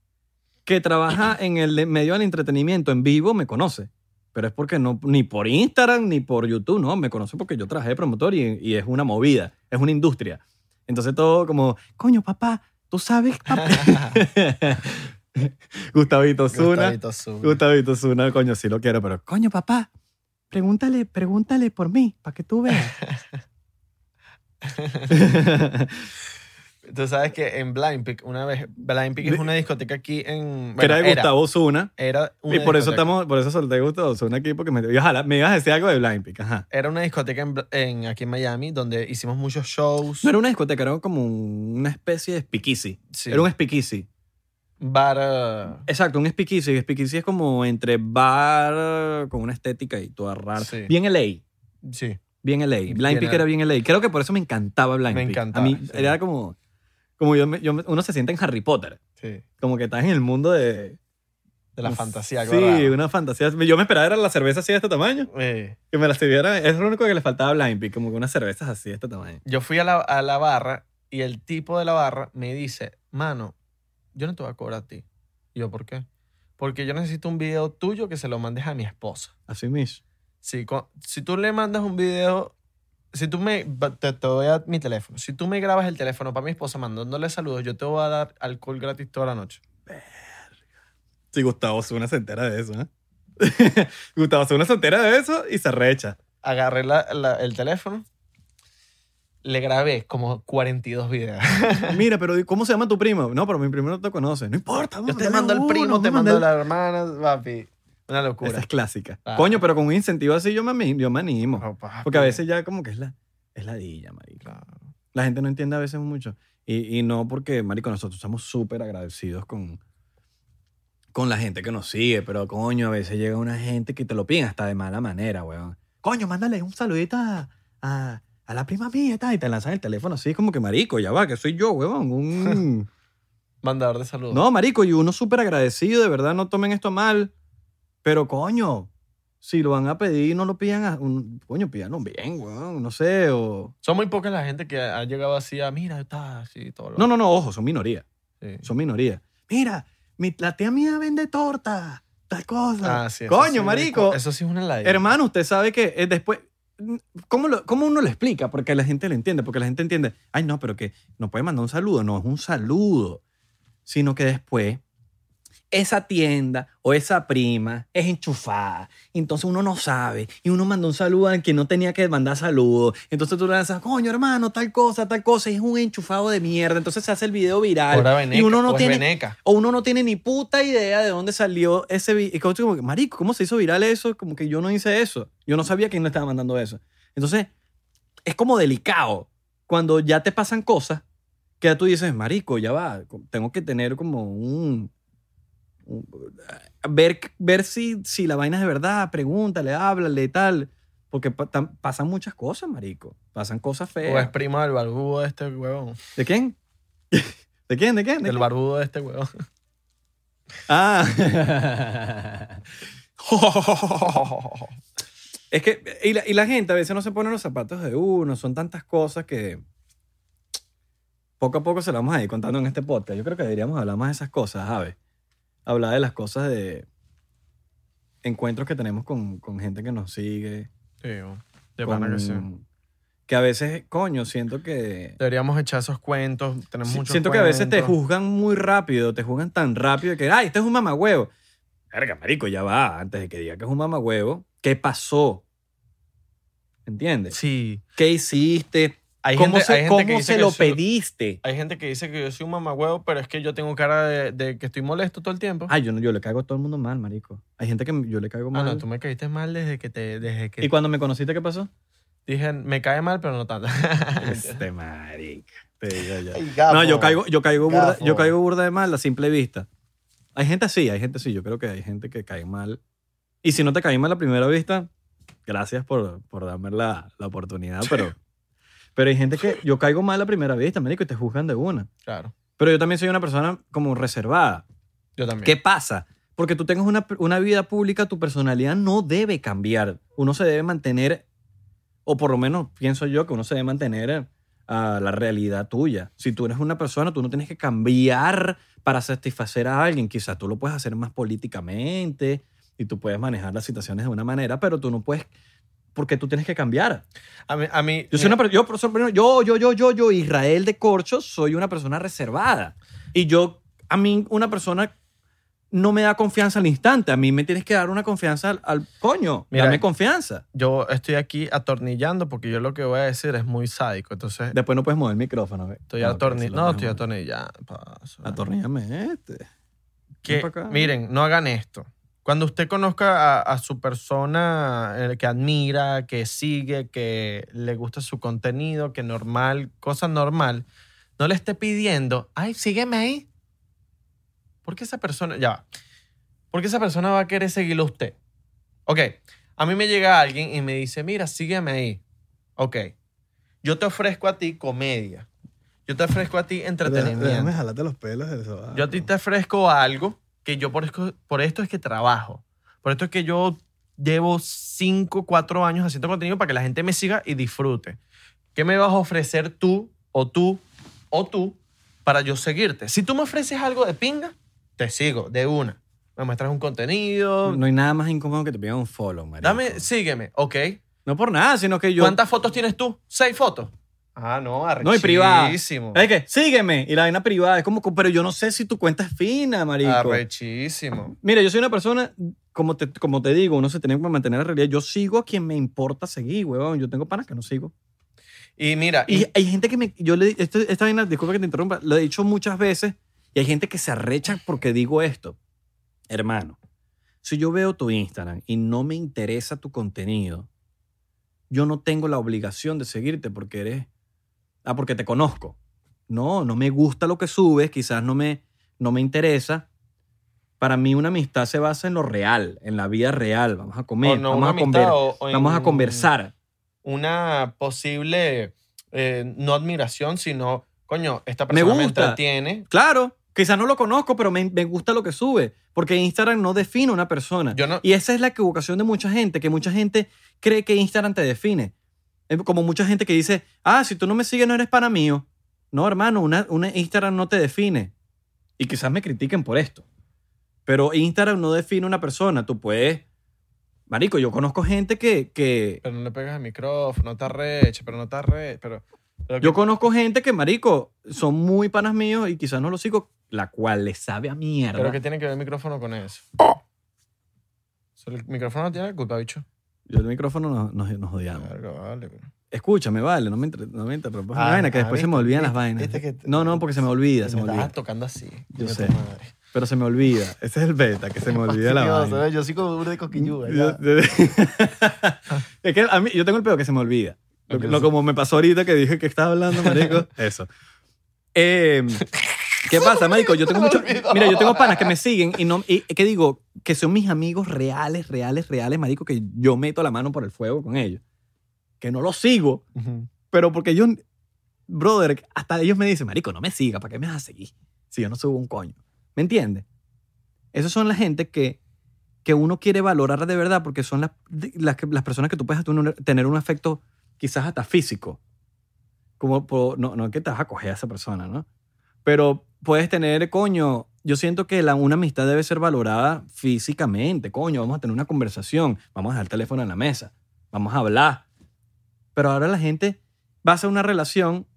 S1: que [CLEARS THROAT] trabaja en el de- medio del entretenimiento en vivo me conoce. Pero es porque no, ni por Instagram ni por YouTube, no, me conoce porque yo trabajé de promotor y, y es una movida, es una industria. Entonces todo como, coño, papá, tú sabes, [LAUGHS] papá. Gustavito Zuna.
S2: Gustavito Zuna.
S1: Gustavito Zuna, coño, sí lo quiero, pero coño, papá, pregúntale, pregúntale por mí, para que tú [LAUGHS] veas.
S2: Tú sabes que en Blind Pig, una vez, Blind Pig es una discoteca aquí en.
S1: que era de
S2: bueno,
S1: Gustavo Zuna.
S2: Era una
S1: Y por eso
S2: discoteca.
S1: estamos, por eso solté Gustavo Zuna aquí porque me, y ojalá, me ibas a decir algo de Blind Peak, ajá.
S2: Era una discoteca en, Bla- en- aquí en Miami donde hicimos muchos shows.
S1: No era una discoteca, era como un- una especie de speakeasy.
S2: Sí.
S1: Era un speakeasy.
S2: bar. eh,
S1: Exacto, un speakeasy. Speakeasy es como entre bar con una estética y toda rara.
S2: Sí.
S1: Bien LA.
S2: sí.
S1: Bien LA. Blind
S2: Bien
S1: Peak era bien LA. Creo que por eso me encantaba Blind
S2: Me
S1: Peak.
S2: encantaba,
S1: A mí
S2: sí.
S1: era como, como yo, me- yo me- uno se siente en Harry Potter.
S2: Sí.
S1: Como que estás en el mundo de...
S2: De la fantasía,
S1: Sí,
S2: algo raro.
S1: una fantasía. Yo me esperaba era la cerveza así de este tamaño.
S2: Eh,
S1: Que me la sirviera. Es lo único que le faltaba a Blind Peak, como que unas cervezas así de este tamaño.
S2: yo fui a la, a la barra y el tipo de la barra me dice: Mano, yo no te voy a cobrar a ti. Y yo, ¿por qué? Porque yo necesito un video tuyo que se lo mandes a mi esposa.
S1: Así mismo.
S2: Si, co- si tú le mandas un video, si tú me, va- te, te doy a mi teléfono, si tú me grabas el teléfono para mi esposa mandándole saludos, yo te voy a dar alcohol gratis toda la noche.
S1: Si Gustavo Zuna se entera de eso, ¿eh? [LAUGHS] Gustavo Zuna se entera de eso y se recha.
S2: Agarré la- la- el teléfono, le grabé como 42 videos.
S1: Ah, Mira, pero ¿cómo se llama tu primo? No, pero mi primo no te conoce. No importa.
S2: Yo
S1: mándale
S2: te mando el
S1: uno,
S2: primo, te
S1: mándale-
S2: mando la hermana, papi. Una
S1: Esa
S2: locura.
S1: es clásica.
S2: Ah.
S1: Coño, pero con un incentivo así yo me, ami- yo me animo.
S2: No, Oh, papi.
S1: Porque a veces ya como que es la, es la dilla, marico.
S2: Claro.
S1: La gente no entiende a veces mucho. Y, y no porque, marico, nosotros estamos súper agradecidos con, con la gente que nos sigue. Pero, coño, a veces llega una gente que te lo piden hasta de mala manera, weón. Coño, mándale un saludito a, a, a la prima mía tal, y te lanzan el teléfono así. como que, marico, ya va, que soy yo, weón. Un...
S2: Mandador de saludos.
S1: No, marico, y uno súper agradecido, de verdad, no tomen esto mal. Pero, coño, si lo van a pedir, no lo pidan a un... Coño, pídanlo bien, weón, no sé, o...
S2: Son muy pocas la gente que ha llegado así a, mira, está así, todo lo
S1: No, no, no, ojo, son minoría.
S2: Sí.
S1: son minoría. Mira, mi, la tía mía vende torta, tal cosa.
S2: Ah, sí, eso
S1: Coño,
S2: sí es una-
S1: marico.
S2: Eso sí es una ladilla.
S1: Hermano, usted sabe que eh, después... ¿Cómo, lo- ¿Cómo uno lo explica? Porque la gente lo entiende, porque la gente entiende, ay no, pero que no puede mandar un saludo, no es un saludo, sino que después esa tienda o esa prima es enchufada, entonces uno no sabe y uno manda un saludo al que no tenía que mandar saludo, entonces tú le lanzas, coño hermano, tal cosa, tal cosa, y es un enchufado de mierda, entonces se hace el video viral
S2: Ahora veneca,
S1: y uno no
S2: o es
S1: tiene
S2: veneca.
S1: o uno no tiene ni puta idea de dónde salió ese video. Como que, marico, ¿cómo se hizo viral eso? Como que yo no hice eso. Yo no sabía quién le estaba mandando eso. Entonces, es como delicado cuando ya te pasan cosas que ya tú dices, marico, ya va, tengo que tener como un... un- ver ver si, si la vaina es de verdad, pregúntale, háblale y tal. Porque pa- tan- pasan muchas cosas, marico. Pasan cosas
S2: O es
S1: feas.
S2: prima del barbudo de este huevón.
S1: ¿De quién? [LAUGHS] ¿De quién? ¿De quién? ¿De
S2: Del
S1: quién?
S2: barbudo de este huevón.
S1: Ah. [LAUGHS] es que, y la, y la gente a veces no se pone los zapatos de uno, son tantas cosas que poco a poco se las vamos a ir contando en este podcast. Yo creo que deberíamos hablar más de esas cosas, ¿sabes? Hablar de las cosas de encuentros que tenemos con, con gente que nos sigue.
S2: Sí, huevón. de
S1: con-
S2: pana que sí.
S1: que a veces, coño, siento que...
S2: Deberíamos echar esos cuentos. Tenemos
S1: Si-
S2: muchos
S1: Siento que a veces te
S2: cuentos.
S1: juzgan muy rápido, te juzgan tan rápido que, ay, este es un mamagüevo. Verga, marico, ya va, antes de que diga que es un mamagüevo, ¿qué pasó? ¿Entiendes?
S2: Sí.
S1: ¿Qué hiciste?
S2: Hay
S1: ¿Cómo
S2: gente, hay
S1: se,
S2: gente que
S1: cómo
S2: dice
S1: se
S2: que
S1: lo
S2: soy-
S1: pediste?
S2: Hay gente que dice que yo soy un mamagüevo, pero es que yo tengo cara de, de que estoy molesto todo el tiempo.
S1: Ay, yo, no- yo le caigo a todo el mundo mal, marico. Hay gente que m- yo le caigo
S2: Ah,
S1: mal.
S2: no, tú me caíste mal desde que te. Desde que
S1: ¿Y cuando me conociste qué pasó?
S2: dije, me cae mal, pero no tanto. [LAUGHS]
S1: este marico. Te digo yo.
S2: Ay,
S1: No,
S2: gafo.
S1: yo caigo, yo, caigo burda,
S2: Gafo.
S1: yo caigo burda de mal a simple vista. Hay gente así, hay gente así. Yo creo que hay gente que cae mal. Y si no te caí mal a primera vista, gracias por, por darme la, la oportunidad.
S2: [LAUGHS]
S1: Pero, pero hay gente que yo caigo mal a primera vista, marico, y te juzgan de una.
S2: Claro.
S1: Pero yo también soy una persona como reservada.
S2: Yo también.
S1: ¿Qué pasa? Porque tú tengas una, una vida pública, tu personalidad no debe cambiar. Uno se debe mantener, o por lo menos pienso yo que uno se debe mantener a la realidad tuya. Si tú eres una persona, tú no tienes que cambiar para satisfacer a alguien. Quizás tú lo puedes hacer más políticamente y tú puedes manejar las situaciones de una manera, pero tú no puedes porque tú tienes que cambiar.
S2: A mí, a mí
S1: Yo soy una per- yo, por ejemplo, yo, yo, yo, yo, yo, Israel de Corcho, soy una persona reservada. Y yo, a mí, una persona no me da confianza al instante. A mí me tienes que dar una confianza al, al coño.
S2: Mira,
S1: Dame confianza.
S2: yo estoy aquí atornillando porque yo lo que voy a decir es muy sádico. Entonces,
S1: Después no puedes mover el micrófono. ve.
S2: estoy
S1: No,
S2: atornillando. No,
S1: pero
S2: estoy
S1: si lo puedes
S2: atornillando.
S1: mover. Atorníllame este.
S2: que,
S1: Ven pa' acá.
S2: miren, no hagan esto. Cuando usted conozca a, a su persona eh, que admira, que sigue, que le gusta su contenido, que normal, cosa normal, no le esté pidiendo, ay, sígueme ahí. ¿Por qué esa persona, ya va, ¿por qué esa persona va a querer seguirlo a usted? Ok, a mí me llega alguien y me dice, mira, sígueme ahí. Ok, yo te ofrezco a ti comedia. Yo te ofrezco a ti entretenimiento.
S3: Déjame jalarte los pelos del sobaco.
S2: Yo a ti te ofrezco algo que yo por, esco- por esto es que trabajo. Por esto es que yo llevo 5, 4 años haciendo contenido para que la gente me siga y disfrute. ¿Qué me vas a ofrecer tú o tú o tú para yo seguirte? Si tú me ofreces algo de pinga, te sigo de una. Me muestras un contenido.
S1: No hay nada más incómodo que te pidan un follow, marico.
S2: Dame, sígueme, ok.
S1: No por nada, sino que yo...
S2: ¿Cuántas fotos tienes tú? ¿Seis fotos? Ah, no,
S1: No, y privada.
S2: arrechísimo.
S1: Es que, sígueme. Y la vaina privada. Es como, pero yo no sé si tu cuenta es fina, marico.
S2: Arrechísimo.
S1: Mira, yo soy una persona, como te, como te digo, uno se tiene que mantener la realidad. Yo sigo a quien me importa seguir, huevón. Yo tengo panas que no sigo.
S2: Y mira,
S1: Y hay gente que me. Yo le. esto- esta vaina, disculpa que te interrumpa, lo he dicho muchas veces y hay gente que se arrecha porque digo esto. Hermano, si yo veo tu Instagram y no me interesa tu contenido, yo no tengo la obligación de seguirte porque eres. Ah, porque te conozco. No, no me gusta lo que subes, quizás no me, no me interesa. Para mí, una amistad se basa en lo real, en la vida real. Vamos a
S2: o
S1: comer,
S2: no
S1: vamos,
S2: una
S1: a
S2: amistad,
S1: conver-
S2: o- o
S1: vamos a
S2: en-
S1: conversar.
S2: una posible, eh, no admiración, sino, coño, esta persona me,
S1: gusta.
S2: entretiene.
S1: Claro, quizás no lo conozco, pero me, me gusta lo que sube, porque Instagram no define a una persona.
S2: Yo no-
S1: Y esa es la equivocación de mucha gente, que mucha gente cree que Instagram te define. Es Como mucha gente que dice, ah, si tú no me sigues no eres para mío. No, hermano, una, una Instagram no te define. Y quizás me critiquen por esto. Pero Instagram no define a una persona. Tú puedes... Marico, yo conozco gente que... que
S2: Pero no le pegas el micrófono, no te arreches, pero no te arreches, pero... pero
S1: yo
S2: que-
S1: conozco gente que, marico, son muy panas míos y quizás no lo sigo, la cual le sabe a mierda.
S2: pero que tiene que ver el micrófono con eso. O sea, El micrófono no tiene la culpa, bicho.
S1: Yo el micrófono nos, nos, nos odiamos.
S2: Verga, vale, bro.
S1: Escúchame, vale, no me, entre- no me interrumpas.
S2: Ah,
S1: vaina, que
S2: ah,
S1: después se me
S2: viste,
S1: olvidan las
S2: viste,
S1: vainas.
S2: viste que te-
S1: no, no, porque se me olvida, se
S2: Me
S1: me olvida.
S2: estabas tocando así.
S1: Yo
S2: coño,
S1: sé.
S2: tu madre.
S1: Pero se me olvida. Ese es el beta, que se me [LAUGHS] olvida la
S4: Fastidioso,
S1: vaina.
S4: ¿eh? Yo soy como burro de coquilluda.
S1: Yo-
S4: ya.
S1: yo- [LAUGHS] es que a mí, yo tengo el peor que se me olvida. Lo, que- lo como me pasó ahorita que dije que estaba hablando,
S2: [LAUGHS]
S1: marico. Eso. Em, ¿Qué pasa, marico? Yo tengo muchos... Mira, yo tengo panas que me siguen y, no, y que digo que son mis amigos reales, reales, reales, marico, que yo meto la mano por el fuego con ellos. Que no los sigo, pero porque yo, brother, hasta ellos me dicen, marico, no me siga, ¿para qué me vas a seguir? Si yo no subo un coño. ¿Me entiendes? Esas son la gente que, que uno quiere valorar de verdad porque son las, de- las, que- las personas que tú puedes tener un- tener un afecto quizás hasta físico. Como, por- no, no es que te vas a coger a esa persona, ¿no? Pero puedes tener, coño, yo siento que la, una amistad debe ser valorada físicamente, coño, vamos a tener una conversación, vamos a dejar el teléfono en la mesa, vamos a hablar. Pero ahora la gente basa una relación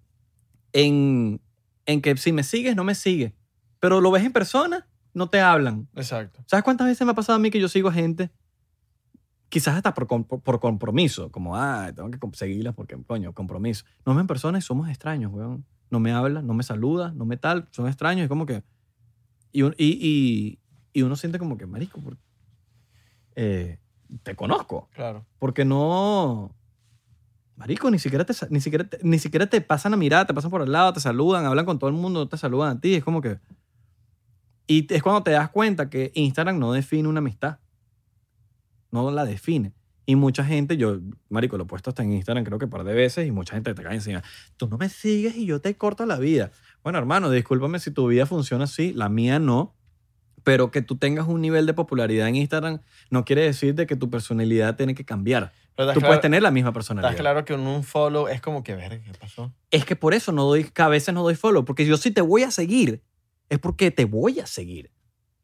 S1: en, en que si me sigues, no me sigues. Pero lo ves en persona, no te hablan.
S2: Exacto.
S1: ¿Sabes cuántas veces me ha pasado a mí que yo sigo a gente? Quizás hasta por, com- por compromiso, como, ah, tengo que com- seguirla porque, coño, compromiso. No me en persona y somos extraños, weón. No me habla, no me saluda, no me tal, son extraños. Es como que. Y, un- y, y- y uno siente como que, marico, por- eh, te conozco.
S2: Claro.
S1: Porque no. Marico, ni siquiera, te, sa- ni, siquiera te, ni siquiera te pasan a mirar, te pasan por al lado, te saludan, hablan con todo el mundo, no te saludan a ti. Es como que. Y te- es cuando te das cuenta que Instagram no define una amistad. No la define. Y mucha gente, yo, Marico, lo he puesto hasta en Instagram creo que un par de veces y mucha gente te cae encima. Tú no me sigues y yo te corto la vida. Bueno, hermano, discúlpame si tu vida funciona así, la mía no. Pero que tú tengas un nivel de popularidad en Instagram no quiere decir de que tu personalidad tiene que cambiar.
S2: Pero estás
S1: Tú
S2: claro-
S1: puedes tener la misma
S2: Estás
S1: personalidad.
S2: claro que un, un follow es como que, verga, ¿qué pasó?
S1: Es que por eso no doy, que a veces no doy follow, porque yo si te voy a seguir, es porque te voy a seguir.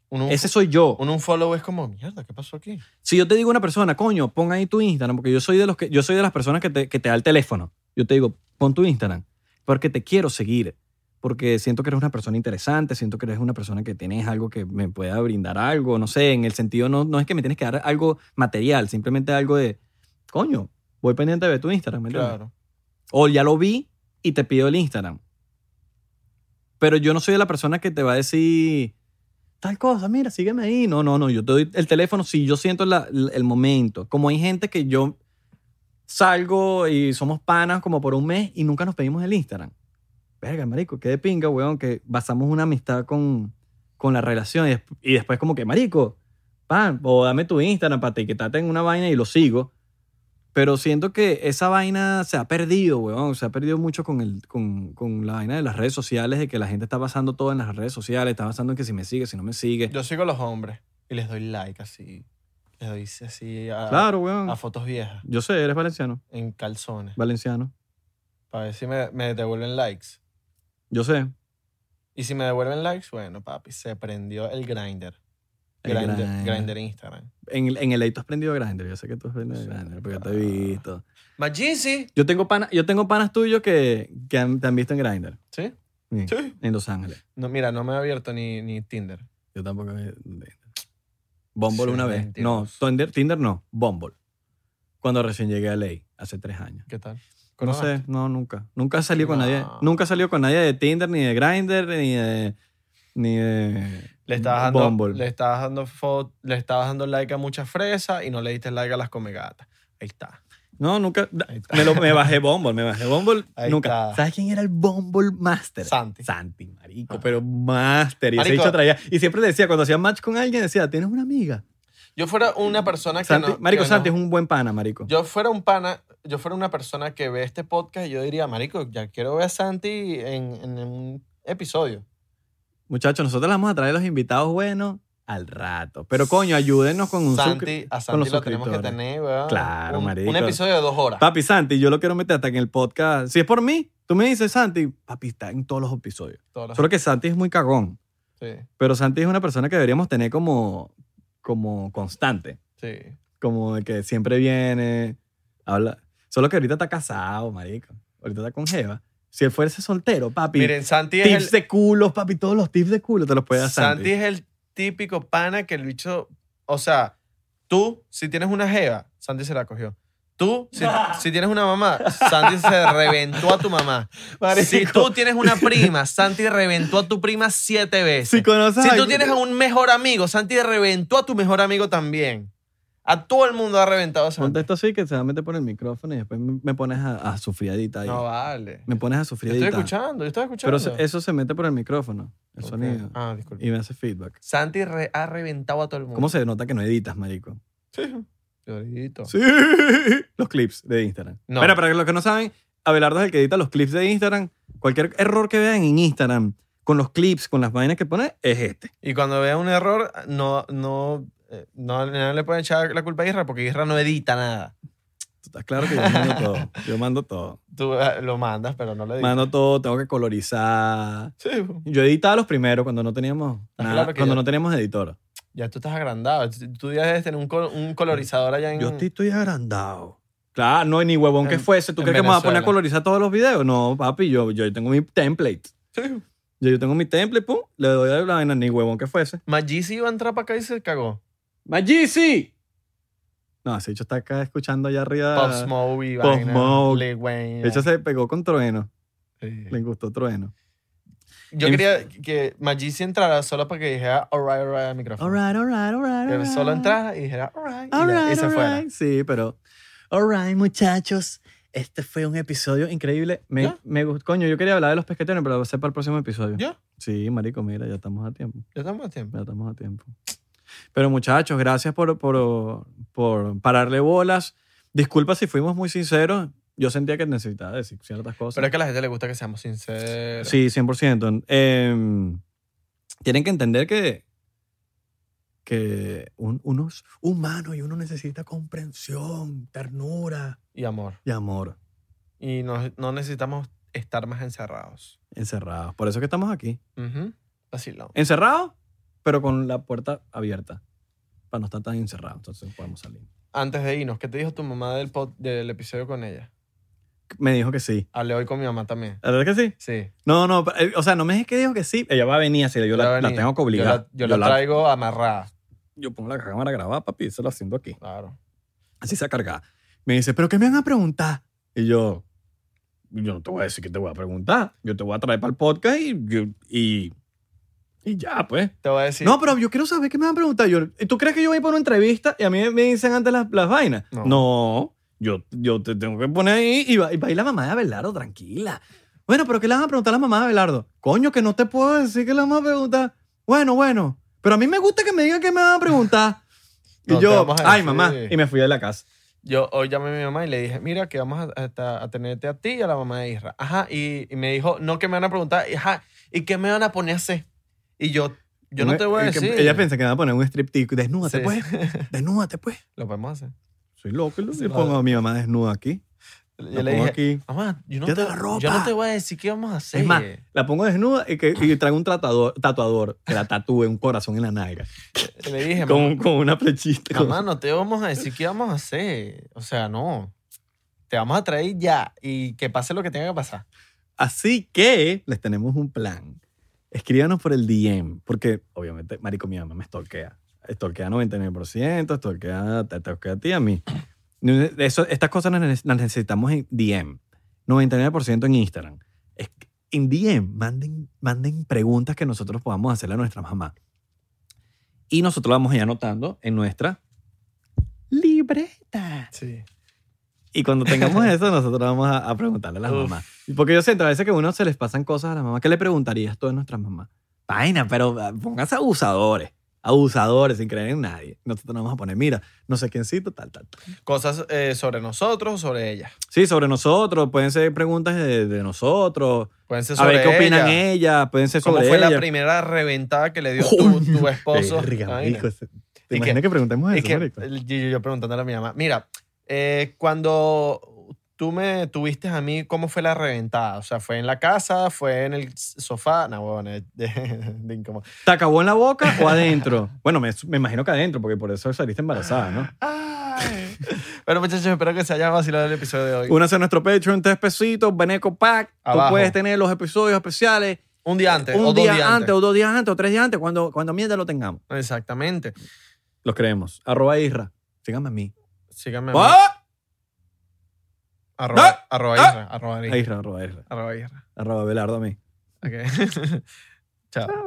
S2: Un, un,
S1: Ese soy yo.
S2: un, un follow es como, mierda, ¿qué pasó aquí?
S1: Si yo te digo a una persona, coño, pon ahí tu Instagram, porque yo soy de los que yo soy de las personas que te, que te da el teléfono. Yo te digo, pon tu Instagram, porque te quiero seguir, porque siento que eres una persona interesante, siento que eres una persona que tienes algo que me pueda brindar algo, no sé, en el sentido no, no es que me tienes que dar algo material, simplemente algo de, coño, voy pendiente de ver tu Instagram, ¿me entiendes?
S2: Claro.
S1: O ya lo vi y te pido el Instagram. Pero yo no soy la persona que te va a decir tal cosa, mira, sígueme ahí. No, no, no, yo te doy el teléfono si yo siento la- l- el momento. Como hay gente que yo salgo y somos panas como por un mes y nunca nos pedimos el Instagram. Verga, marico, qué de pinga, weón, que basamos una amistad con, con la relación y, des- y después como que, marico, pan, o dame tu Instagram para etiquetarte en una vaina y lo sigo. Pero siento que esa vaina se ha perdido, weón. Se ha perdido mucho con, el, con, con la vaina de las redes sociales, de que la gente está basando todo en las redes sociales, está basando en que si me sigue, si no me sigue.
S2: Yo sigo a los hombres y les doy like así. Les doy así a,
S1: claro, weón.
S2: a fotos viejas
S1: Yo sé, eres valenciano.
S2: en calzones
S1: Valenciano.
S2: para ver si me, me devuelven likes.
S1: Yo sé.
S2: Y si me devuelven likes, bueno, papi, se prendió el grinder.
S1: El
S2: Grinder,
S1: Grindr.
S2: grinder Instagram.
S1: En, el- en el ley tú has prendido Grindr. Yo sé que tú has prendido
S2: Sí,
S1: Grindr, porque yo te he
S2: claro.
S1: visto.
S2: Majisi.
S1: Yo tengo, pana- yo tengo panas tuyos que, que han- te han visto en Grindr.
S2: ¿Sí?
S1: Sí,
S2: Sí.
S1: En Los Ángeles.
S2: No, mira, no me he abierto ni, ni Tinder.
S1: Yo tampoco. Bumble
S2: Sí,
S1: una vez. No,
S2: mentiroso.
S1: Tinder, Tinder no. Bumble. Cuando recién llegué a ley, hace tres años.
S2: ¿Qué tal?
S1: No sé, no, nunca. Nunca salió con
S2: No.
S1: nadie. Nunca salió con nadie de Tinder, ni de Grindr, ni de. Ni de.
S2: Le estabas dando,
S1: Bumble.
S2: Le estabas dando, fo- le estabas dando like a muchas fresas y no le diste like a las comegatas. Ahí está.
S1: No, nunca.
S2: Ahí está.
S1: Me, lo, me bajé Bumble, me bajé Bumble.
S2: Ahí
S1: nunca.
S2: está.
S1: ¿Sabes quién era el Bumble Master?
S2: Santi.
S1: Santi, marico,
S2: Ah.
S1: pero Master. Y ese
S2: Marico.
S1: bicho traía. Y siempre le decía, cuando hacía match con alguien, decía, ¿tienes una amiga?
S2: Yo fuera una persona Ah, que
S1: Santi-
S2: no-
S1: marico,
S2: que no-
S1: Santi es un buen pana, marico.
S2: Yo fuera un pana, yo fuera una persona que ve este podcast y yo diría, marico, ya quiero ver a Santi en, en un episodio.
S1: Muchachos, nosotros le vamos a traer los invitados buenos al rato. Pero coño, ayúdenos con un suscri-
S2: Santi, a Santi
S1: los
S2: lo tenemos que
S1: suscriptores.
S2: tener, weón.
S1: Claro,
S2: un,
S1: marico.
S2: Un episodio de dos horas.
S1: Papi Santi, yo lo quiero meter hasta en el podcast. Si es por mí, tú me dices, Santi, papi, está en todos los episodios.
S2: Todas las-
S1: Solo que Santi es muy cagón.
S2: Sí,
S1: Pero Santi es una persona que deberíamos tener como, como constante.
S2: sí.
S1: Como el que siempre viene, habla. Solo que ahorita está casado, marico. Ahorita está con Jeva. Si él fuese soltero, papi,
S2: Miren, Santi es
S1: tips
S2: el,
S1: de culos, papi, todos los tips de culo te los puede dar Santi.
S2: Santi es el típico pana que el bicho. O sea, tú, si tienes una jeva, Santi se la cogió. Tú, si, si tienes una mamá, Santi se reventó a tu mamá.
S1: [LAUGHS] Marico.
S2: Si tú tienes una prima, Santi reventó a tu prima siete veces.
S1: Si conoces
S2: Si tú
S1: alguien-
S2: tienes a un mejor amigo, Santi reventó a tu mejor amigo también. A todo el mundo ha reventado a
S1: Ponte
S2: Santi.
S1: esto así que se va a meter por el micrófono y después me me pones a, a sufrir a editar ahí.
S2: No vale.
S1: Me pones a
S2: Yo
S1: sufrir a
S2: estoy
S1: editar.
S2: escuchando, yo estoy escuchando.
S1: Pero se- eso se mete por el micrófono, el
S2: Ok.
S1: sonido.
S2: Ah, disculpe.
S1: Y me hace feedback.
S2: Santi re- ha reventado a todo el mundo.
S1: ¿Cómo se nota que no editas, marico?
S2: Llorito.
S1: Sí. [LAUGHS] Los clips de Instagram.
S2: No.
S1: Pero para los que no saben, Abelardo es el que edita los clips de Instagram. Cualquier error que vean en Instagram con los clips, con las vainas que pone, es este.
S2: Y cuando vea un error, no, no, eh, no, no le pueden echar la culpa a Isra porque Isra no edita nada.
S1: Tú estás claro que yo
S2: [LAUGHS]
S1: mando todo. Yo mando todo.
S2: Tú eh, lo mandas, pero no le editas.
S1: Mando todo, tengo que colorizar.
S2: Sí, po.
S1: Yo editaba los primeros cuando no teníamos nada,
S2: claro que
S1: cuando
S2: ya-
S1: no teníamos editor.
S2: ya tú estás agrandado. Tú- Tú ya debes tener un, col- un colorizador allá en...
S1: Yo estoy, estoy agrandado. Claro, no, ni huevón que
S2: Mm. En-
S1: fuese. ¿Tú
S2: en
S1: crees que me vas a poner a
S2: Venezuela.
S1: colorizar todos los videos? No, papi, yo, yo tengo mi template.
S2: Sí.
S1: Yo, yo tengo mi template, pum, le doy a la vaina, ni huevón que fuese.
S2: Magisi iba a entrar para acá y se cagó.
S1: ¡Magisi! No, ese hecho está acá escuchando allá
S2: Pop
S1: arriba.
S2: Smoke y
S1: Ah, Pop
S2: vaina,
S1: Smoke.
S2: Lil Wayne.
S1: De hecho, se pegó con Trueno.
S2: Sí.
S1: Le gustó Trueno.
S2: Yo
S1: en-
S2: quería que Magisi entrara solo "Ah, para que dijera alright, alright al micrófono.
S1: Alright, alright, alright.
S2: Que él solo entrara y dijera alright y, ya, y se fuera.
S1: Sí, pero. Alright, muchachos. Este fue un episodio increíble. Me,
S2: ¿Ya?
S1: me gustó. Coño, yo quería hablar de los pesqueteros, pero va a ser para el próximo episodio.
S2: ¿Ya?
S1: Sí, marico, mira, ya estamos a tiempo.
S2: Ya estamos a tiempo.
S1: Ya estamos a tiempo. Pero muchachos, gracias por, por, por pararle bolas. Disculpa si fuimos muy sinceros. Yo sentía que necesitaba decir ciertas cosas.
S2: Pero es que a la gente le gusta que seamos sinceros.
S1: Em, Sí, 100%. Eh, tienen que entender que que un- uno es humano y uno necesita comprensión, ternura
S2: Y amor.
S1: y amor
S2: Y no, no necesitamos estar más encerrados.
S1: encerrados. Por eso es que estamos aquí.
S2: Ujú. Vacilón.
S1: Encerrados, pero con la puerta abierta. Para no estar tan encerrados, entonces podemos salir.
S2: Antes de irnos, ¿qué te dijo tu mamá del, pod- del episodio con ella?
S1: Me dijo que sí.
S2: Hablé hoy con mi mamá también.
S1: ¿La verdad que sí?
S2: Sí.
S1: No, no, pero, eh, o sea, no me es que dijo que sí. Ella va a venir así, yo
S2: Va a
S1: la, la
S2: venir.
S1: tengo que
S2: Yo
S1: obligar.
S2: la, yo la traigo amarrada.
S1: yo pongo la cámara grabada, papi, eso lo haciendo aquí.
S2: Claro.
S1: Así se cargada. Me dice, ¿pero qué me van a preguntar? Y yo, yo no te voy a decir que te voy a preguntar. Yo te voy a traer para el podcast y, yo- y, y ya, pues.
S2: Te voy a decir.
S1: No, pero yo quiero saber qué me van a preguntar. Yo, ¿y ¿Tú crees que yo voy a ir por una entrevista y a mí me dicen antes las, las vainas?
S2: No.
S1: No. Yo, yo te tengo que poner ahí y va, y va ahí la mamá de Abelardo, tranquila. Bueno, pero ¿qué le van a preguntar a la mamá de Abelardo? Coño, que no te puedo decir que le van a preguntar. Bueno, bueno. Pero a mí me gusta que me digan qué me van a preguntar. y
S2: [LAUGHS] No, te
S1: yo,
S2: vamos a
S1: ay,
S2: decir".
S1: mamá. Y me fui de la casa.
S2: Yo hoy llamé a mi mamá y le dije, mira, que vamos a, a- a tenerte a ti y a la mamá de Isra. Ajá, y, y me dijo, no, que me van a preguntar, y, ajá, ¿y qué me van a poner a hacer? Y yo, yo no te voy a
S1: Y que
S2: decir.
S1: Ella piensa que me va a poner un striptease. Desnúdate,
S2: Sí. [LAUGHS]
S1: pues. Desnúdate, pues.
S2: Lo podemos hacer.
S1: Soy loco. y
S2: Vale.
S1: le pongo a mi mamá desnuda aquí.
S2: Yo
S1: La
S2: le
S1: pongo
S2: dije,
S1: aquí.
S2: mamá, yo no, te,
S1: Quítate la ropa".
S2: yo no te voy a decir qué vamos a hacer.
S1: Es más, La pongo desnuda y, que, y traigo un tratador, tatuador que la tatúe un corazón en la nalga.
S2: Y le dije,
S1: Con, con una flechita.
S2: mamá, no te vamos a decir qué vamos a hacer. O sea, no. Te vamos a traer ya y que pase lo que tenga que pasar.
S1: Así que les tenemos un plan. Escríbanos por el DM, porque obviamente, marico, mi mamá me stalkea. Stalkea 99%, stalkea, te stalkea a ti, a mí. Eso, estas cosas las nece- las necesitamos en DM. 99% en Instagram. Es- En DM, manden, manden preguntas que nosotros podamos hacerle a nuestra mamá. Y nosotros las vamos a ir anotando en nuestra libreta.
S2: Sí.
S1: Y cuando
S2: [LAUGHS]
S1: tengamos eso, nosotros vamos a, a preguntarle a las
S2: Uf.
S1: mamás. Y Porque yo siento a veces que a uno se les pasan cosas a las mamás. ¿Qué le preguntarías tú a nuestras mamás? Vaina, pero ah, pónganse abusadores. Abusadores sin creer en nadie. Nosotros nos vamos a poner, mira, no sé quiéncito, tal, tal, tal.
S2: Cosas eh, sobre nosotros, sobre ella.
S1: Sí, sobre nosotros. Pueden ser preguntas de, de nosotros.
S2: Pueden ser
S1: A
S2: sobre
S1: ver qué opinan
S2: ella.
S1: ellas. Pueden ser
S2: ¿Cómo
S1: sobre
S2: fue la
S1: ellas.
S2: primera reventada que
S1: [LAUGHS]
S2: le dio tu,
S1: Coño,
S2: tu esposo?
S1: Verga,
S2: Ay,
S1: marico,
S2: no.
S1: se-
S2: Y
S1: ¿Te imaginas
S2: que-
S1: que, preguntemos
S2: Y
S1: eso,
S2: que-
S1: marico?
S2: el- yo, yo preguntándole a mi mamá, mira, eh, cuando tú me tuviste a mí, ¿cómo fue la reventada? O sea, ¿fue en la casa? ¿Fue en el s- sofá? No, huevón, eh, de, [LAUGHS] de incómodo.
S1: ¿Te acabó en la boca o adentro? [LAUGHS] Bueno, me, me imagino que adentro, porque por eso saliste embarazada, ¿no?
S2: Ay. Bueno, muchachos, espero que se hayan vacilado el episodio de hoy. Un,
S1: Únase a nuestro Patreon, tres pesitos, Beneco Pack.
S2: Abajo.
S1: Tú puedes tener los episodios especiales
S2: día antes. o
S1: un
S2: dos
S1: día
S2: días
S1: antes, o dos días antes, o tres días antes, cuando, cuando mierda lo tengamos.
S2: Exactamente.
S1: Los creemos. Arroba Isra. Síganme a mí.
S2: Síganme. a mí.
S1: ¡Ah!
S2: Arroba,
S1: ¡Ah!
S2: arroba
S1: ¡Ah!
S2: Isra, arroba
S1: A Isra, arroba Isra.
S2: Isra, arroba Isra.
S1: Arroba Belardo a mí.
S2: Ok. [LAUGHS] Chao.